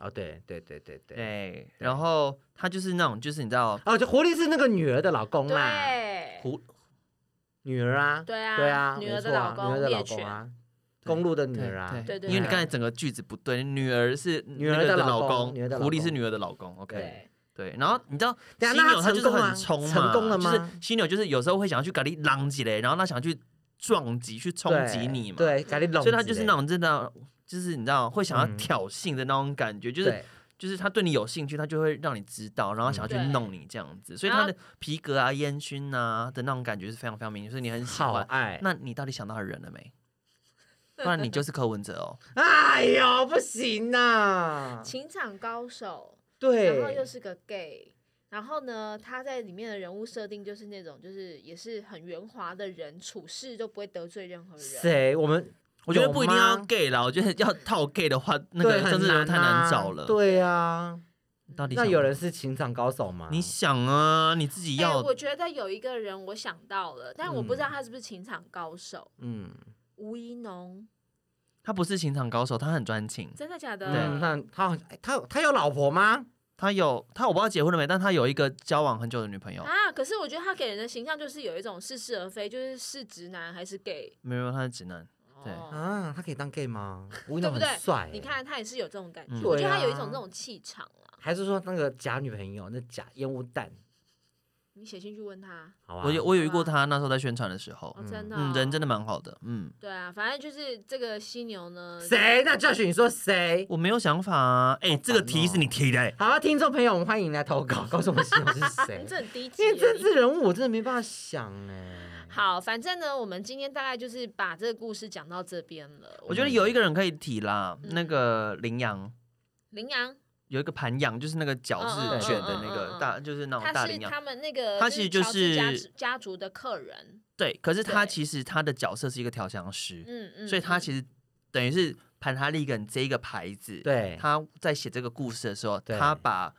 Speaker 4: 哦，对对对对对，
Speaker 2: 对，然后他就是那种，就是你知道，
Speaker 4: 哦，就狐狸是那个女儿的老公啦，
Speaker 3: 对，
Speaker 2: 狐
Speaker 4: 女儿啊，
Speaker 3: 对啊
Speaker 4: 对啊，
Speaker 3: 女儿的
Speaker 4: 没错啊
Speaker 3: 老公
Speaker 4: 女儿的
Speaker 3: 猎
Speaker 4: 老公啊，公路的女儿啊，
Speaker 3: 对对
Speaker 2: 因为你
Speaker 3: 对
Speaker 2: 刚才整个句子不对，女儿是
Speaker 4: 女儿
Speaker 2: 那个
Speaker 4: 的
Speaker 2: 的
Speaker 4: 老
Speaker 2: 老
Speaker 4: 公女儿的老
Speaker 2: 狐狸是
Speaker 4: 公
Speaker 2: 女儿的老公，OK。
Speaker 3: 对，
Speaker 2: 对，然后你知道犀
Speaker 4: 等一下那
Speaker 2: 牛
Speaker 4: 他
Speaker 2: 它
Speaker 4: 成
Speaker 2: 就是
Speaker 4: 功吗
Speaker 2: 很冲嘛，
Speaker 4: 成功了吗
Speaker 2: 就是犀牛就是有时候会想要去搞你狼起来，然后他想去撞击、去冲击你嘛，，
Speaker 4: 对，赶紧拢，
Speaker 2: 所以他就是那种真的就是你知道会想要
Speaker 4: 嗯
Speaker 2: 挑衅的那种感觉，就
Speaker 4: 对，
Speaker 2: 是就是他对你有兴趣，他就会让你知道，然后想要去
Speaker 3: 对
Speaker 2: 弄你这样子。所以
Speaker 3: 然
Speaker 2: 他
Speaker 3: 后
Speaker 2: 的皮革啊、烟熏啊的那种感觉是非常非常明显，所以你很喜
Speaker 4: 好
Speaker 2: 欢。
Speaker 4: 爱。
Speaker 2: 那你到底想到的人了没？不然你就是柯文哲 哦。
Speaker 4: 哎呦，不行呐、
Speaker 3: 情场高手，然后又
Speaker 4: 对，
Speaker 3: 是个 gay，然后呢，他在里面的人物设定就是那种就是也是很圆滑的人，处事都不会得罪任何人。哎
Speaker 4: 谁？我们
Speaker 2: 我觉得
Speaker 4: 有
Speaker 2: 不一定要
Speaker 4: 吗
Speaker 2: gay 啦，我觉得要套 gay 的 话，那个
Speaker 4: 对
Speaker 2: 政治人物
Speaker 4: 很
Speaker 2: 太
Speaker 4: 啊
Speaker 2: 难找了。，
Speaker 4: 对啊，
Speaker 2: 到底
Speaker 4: 那
Speaker 2: 想
Speaker 4: 有人是情场高手吗？
Speaker 2: 你想啊，你自己
Speaker 3: 哎、
Speaker 2: 要
Speaker 3: 我觉得有一个人我想到了，但我不知道他是不是情场高手。
Speaker 4: 嗯
Speaker 3: 吴一农，
Speaker 2: 他不是情场高手，他很专情。
Speaker 3: 真的假的？
Speaker 4: 嗯，那他好像哎他有他有老婆吗？
Speaker 2: 他有他我不知道结婚了没，但他有一个交往很久的女朋友。
Speaker 3: 啊，可是我觉得他给人的形象就是有一种似是而非，就是是直男还是 gay。
Speaker 2: 没有，他是直男。对
Speaker 3: 哦
Speaker 4: 啊，他可以当 gay 吗？吴一
Speaker 3: 对
Speaker 4: 农
Speaker 3: 不
Speaker 4: 很
Speaker 3: 对
Speaker 4: 帅欸、
Speaker 3: 你看他也是有这种感觉，
Speaker 2: 嗯
Speaker 3: 我觉
Speaker 4: 对
Speaker 3: 得
Speaker 4: 啊
Speaker 3: 他有一种那种气场啊。
Speaker 4: 还是说那个假女朋友，那假烟雾弹，
Speaker 3: 你写信去问他，
Speaker 4: 好吧？
Speaker 2: 我有我有遇过他，那时候在宣传的时候，
Speaker 3: 哦，真的、
Speaker 2: 嗯，人真
Speaker 3: 的。
Speaker 2: 的蛮好的，嗯，
Speaker 3: 对啊，反正就是这个犀牛呢，
Speaker 4: 谁？那教训你说谁？
Speaker 2: 我没有想法啊，哎、这个题是你提的、哎
Speaker 4: 好啊，听众朋友，我们欢迎来投稿，告诉我们形容是谁
Speaker 3: 你。这很低级
Speaker 4: 因
Speaker 3: 耶。
Speaker 4: 为政
Speaker 3: 你
Speaker 4: 治人物我真的没办法想哎、
Speaker 3: 好，反正呢，我们今天大概就是把这个故事讲到这边了。
Speaker 2: 我觉得
Speaker 3: 们
Speaker 2: 有一个人可以提啦，
Speaker 3: 嗯
Speaker 2: 那个羚羊
Speaker 3: 羚羊，
Speaker 2: 有一个盘羊，就是那个脚
Speaker 3: 嗯
Speaker 4: 嗯
Speaker 2: 是卷的
Speaker 3: 嗯
Speaker 2: 那
Speaker 3: 嗯嗯
Speaker 2: 个
Speaker 3: 嗯
Speaker 2: 大，就是那种大
Speaker 3: 他是
Speaker 2: 羚羊。
Speaker 3: 他们那个，
Speaker 2: 他其实就
Speaker 3: 乔治家
Speaker 2: 是
Speaker 3: 族家族的客人。
Speaker 2: 对，可是他
Speaker 3: 对
Speaker 2: 其实他的角色是一个调香师，
Speaker 3: 嗯嗯，
Speaker 2: 所以他
Speaker 3: 实
Speaker 2: 其实等于是潘哈利根这一个牌子，
Speaker 4: 对，
Speaker 2: 他在写这个故事的时候，
Speaker 4: 对
Speaker 2: 他把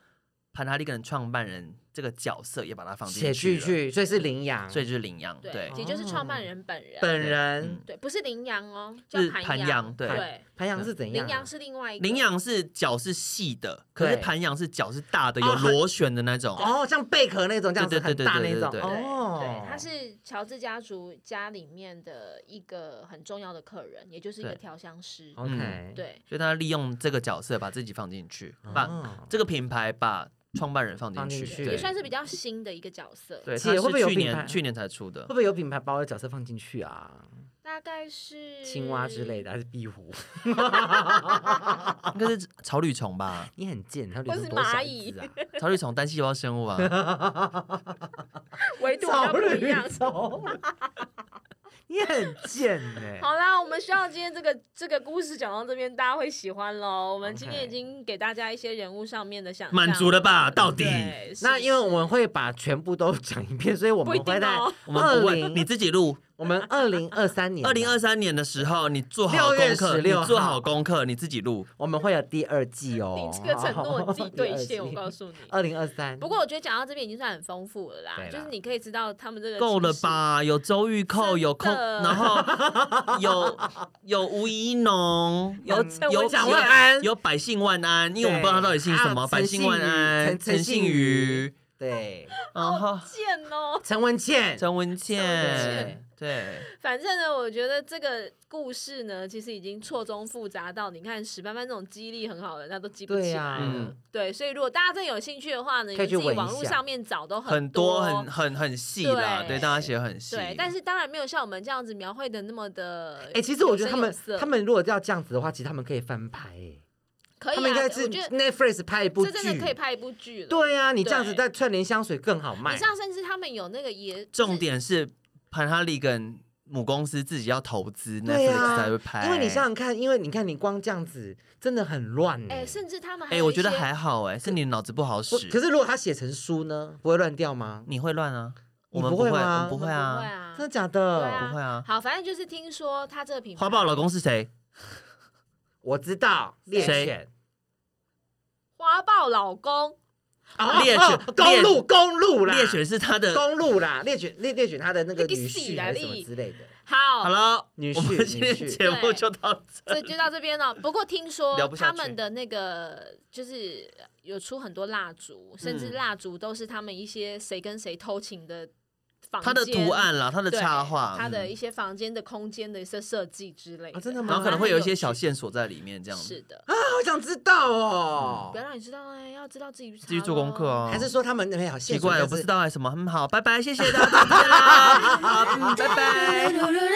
Speaker 2: 潘哈利根创办人这个角色也把它放进
Speaker 4: 写剧
Speaker 2: 去了，
Speaker 4: 剧，所以是羚羊，
Speaker 2: 所以就是羚羊，
Speaker 3: 对
Speaker 2: 对，，
Speaker 3: 也就是创办人本人。
Speaker 4: 本
Speaker 2: 对
Speaker 4: 人
Speaker 2: 嗯
Speaker 3: 对，不是羚羊哦，叫
Speaker 2: 就是
Speaker 3: 盘
Speaker 2: 盘羊，对。
Speaker 3: 对，
Speaker 4: 盘羊是怎样
Speaker 3: 羚
Speaker 4: 啊？
Speaker 3: 羊是另外一个。
Speaker 2: 羚羊是脚是细的，可是
Speaker 4: 对
Speaker 2: 盘羊是脚是大的，
Speaker 4: 哦
Speaker 2: 有
Speaker 4: 很
Speaker 2: 螺旋的那种。
Speaker 4: 哦，像贝壳那种，这样子
Speaker 2: 对对
Speaker 4: 很
Speaker 2: 对
Speaker 4: 大
Speaker 2: 对
Speaker 4: 那
Speaker 2: 对
Speaker 4: 种
Speaker 2: 对对
Speaker 3: 对
Speaker 4: 哦。
Speaker 3: 对，他是乔治家族家里面的一个很重要的客人，也就是一个
Speaker 2: 对
Speaker 3: 调香师。
Speaker 4: OK，，
Speaker 3: 嗯对，
Speaker 2: 所以他利用这个角色把自己放进去，把
Speaker 4: 哦
Speaker 2: 这个品牌把创办人放
Speaker 4: 放
Speaker 2: 进
Speaker 4: 进
Speaker 2: 去，
Speaker 4: 去
Speaker 3: 也
Speaker 2: 对
Speaker 3: 算是比较新的一个角色，
Speaker 2: 对，
Speaker 4: 姐
Speaker 2: 他
Speaker 4: 会不
Speaker 2: 是
Speaker 4: 会有
Speaker 2: 去
Speaker 4: 品牌
Speaker 2: 年去年才出的
Speaker 4: 会不，会有品牌把我的角色放进去啊？
Speaker 3: 大概是
Speaker 4: 青蛙之类。的，还是壁虎？
Speaker 2: 啊应该是草履虫 吧？
Speaker 4: 你很贱，它
Speaker 3: 或
Speaker 4: 脸
Speaker 3: 是
Speaker 4: 上多
Speaker 3: 蚂
Speaker 4: 小
Speaker 3: 蚁
Speaker 4: 一只啊？
Speaker 2: 草履虫单细胞生物啊，
Speaker 3: 维度比较
Speaker 4: 草
Speaker 3: 啊不一
Speaker 4: 履
Speaker 3: 样。
Speaker 4: 虫，你很贱哎！
Speaker 3: 好啦，我们希望今天这个这个故事讲到这边，大家会喜欢喽。我们今天已
Speaker 4: OK
Speaker 3: 经给大家一些人物上面的想象，
Speaker 2: 满足了吧？到底
Speaker 3: 对，是
Speaker 4: 那因为
Speaker 3: 是
Speaker 4: 我们会把全部都讲一遍，所以我们
Speaker 3: 不一定
Speaker 4: 会在
Speaker 3: 哦
Speaker 2: 我们不
Speaker 4: 二
Speaker 2: 会，
Speaker 4: 零
Speaker 2: 你自己录。
Speaker 4: 我们二零二三年，啊
Speaker 2: 二零二，三年的时候，你做好
Speaker 4: 6月
Speaker 2: 功课，你
Speaker 4: 16
Speaker 2: 做
Speaker 4: 号
Speaker 2: 好功课，你自己 录。
Speaker 4: 我们会有第二季哦。
Speaker 3: 你这个承诺你 自己兑现，我告
Speaker 4: 诉
Speaker 3: 诉你。
Speaker 4: 二零二三。
Speaker 3: 不过我觉得讲到这边已经算很丰富了啦，
Speaker 4: 呃对啦
Speaker 3: 就是你可以知道他们这个
Speaker 2: 够了
Speaker 3: 情史？
Speaker 2: 吧？有周玉
Speaker 3: 真
Speaker 2: 蔻，
Speaker 3: 的
Speaker 2: 有空，然后 有有吴怡农，有
Speaker 3: 嗯
Speaker 2: 有
Speaker 4: 蒋
Speaker 2: 有
Speaker 4: 万安
Speaker 2: 有百姓万安，因为我们不知道他到底姓什么，
Speaker 4: 对啊
Speaker 2: 百姓万安、
Speaker 4: 陈
Speaker 2: 陈
Speaker 4: 信
Speaker 2: 信
Speaker 4: 宇
Speaker 2: 宇，啊
Speaker 4: 对，
Speaker 2: 然后
Speaker 3: 贱哦！
Speaker 4: 陈文茜，
Speaker 2: 陈文
Speaker 3: 倩
Speaker 2: 茜，对，
Speaker 3: 反正呢，我觉得这个故事呢，其实已经错综复杂到你看史班班这种记忆力很好的人，他都记不
Speaker 4: 对啊
Speaker 3: 起
Speaker 4: 呀
Speaker 3: 来了。
Speaker 2: 嗯
Speaker 3: 对，所以如果大家真的有兴趣的话呢，你
Speaker 4: 可以
Speaker 3: 们
Speaker 4: 去
Speaker 3: 自己
Speaker 4: 闻一
Speaker 3: 网络
Speaker 4: 下
Speaker 3: 上面找都
Speaker 2: 很
Speaker 3: 多
Speaker 2: 多很很很细啦，
Speaker 3: 对
Speaker 2: 对，大家写得很细，
Speaker 3: 对，但是当然没有像我们这样子描绘的那么的。
Speaker 4: 哎，其实我觉得他
Speaker 3: 有
Speaker 4: 们
Speaker 3: 声有色
Speaker 4: 他们如果要这样子的话，其实他们可以翻拍哎，
Speaker 3: 可以、啊，
Speaker 4: 他们应该
Speaker 3: 我
Speaker 4: 是
Speaker 3: 觉得
Speaker 4: Netflix 拍一部
Speaker 3: 这
Speaker 4: 剧，
Speaker 3: 真的可以拍一部剧了。，
Speaker 4: 对啊，你这样子
Speaker 3: 对
Speaker 4: 在串联香水更好卖
Speaker 3: 你知。道，甚至他们有那个也
Speaker 2: 重点是潘哈利跟母公司自己要投资
Speaker 4: 对
Speaker 2: Netflix 才会
Speaker 4: 啊，
Speaker 2: 拍，
Speaker 4: 因为你想想看，因为你看你光这样子真的很乱
Speaker 3: 哎、
Speaker 4: 哎。
Speaker 3: 甚至他们还
Speaker 2: 哎，
Speaker 3: 有
Speaker 2: 我
Speaker 3: 一
Speaker 2: 觉得
Speaker 3: 些
Speaker 2: 还好哎，是你脑子不好
Speaker 4: 不
Speaker 2: 使，
Speaker 4: 可是如果他写成书呢，不会乱掉吗？
Speaker 2: 你会乱啊，
Speaker 4: 你
Speaker 2: 我们
Speaker 4: 不
Speaker 2: 不
Speaker 4: 会
Speaker 2: 会，我
Speaker 4: 吗
Speaker 2: 们不
Speaker 3: 我
Speaker 2: 会
Speaker 3: 们不会
Speaker 2: 啊，
Speaker 3: 啊，
Speaker 4: 真的假
Speaker 3: 对
Speaker 4: 的？
Speaker 3: 啊，
Speaker 2: 不会啊
Speaker 3: 好，反正就是听说他这个品牌，
Speaker 2: 花豹老公是谁？
Speaker 4: 我知道猎
Speaker 2: 谁
Speaker 4: 犬，
Speaker 3: 花豹老公，
Speaker 4: 哦
Speaker 2: 猎犬
Speaker 4: 哦公路公路啦，
Speaker 2: 猎犬是他的。
Speaker 4: 公路啦，猎犬猎猎犬他的那个
Speaker 3: 你
Speaker 4: 女
Speaker 3: 去死
Speaker 4: 婿
Speaker 3: 啦
Speaker 4: 还是什
Speaker 3: 你
Speaker 4: 么之类的，啊
Speaker 3: 好，
Speaker 2: 好了，
Speaker 4: 女
Speaker 2: 我
Speaker 4: 婿
Speaker 2: 们今天
Speaker 4: 女婿
Speaker 2: 节目就到这。
Speaker 3: 这就到这边了。不过听说
Speaker 2: 聊不下
Speaker 3: 他
Speaker 2: 去
Speaker 3: 们的那个就是有出很多蜡烛，甚
Speaker 2: 嗯
Speaker 3: 至蜡烛都是他们一些谁跟谁偷情的房
Speaker 2: 它
Speaker 3: 间，
Speaker 2: 的图案啦，它的
Speaker 3: 对
Speaker 2: 插画，
Speaker 3: 它的
Speaker 2: 嗯
Speaker 3: 一些房间的空间的一些设计之类
Speaker 4: 啊真的吗
Speaker 2: 然后可能会有一些小
Speaker 3: 线
Speaker 2: 线索在里面，这样
Speaker 3: 是
Speaker 2: 子。
Speaker 3: 的，
Speaker 4: 啊好想知道哦
Speaker 3: 不。要让你知道哎，要知道自己去自
Speaker 2: 继续做功课。哦。
Speaker 4: 还是说他们那哎边有线
Speaker 2: 奇
Speaker 4: 索
Speaker 2: 怪，我
Speaker 4: 但
Speaker 2: 不
Speaker 4: 是
Speaker 2: 知道哎，什么？嗯，好，拜拜，谢谢大家，再见啦好，嗯，拜拜。
Speaker 1: Bye.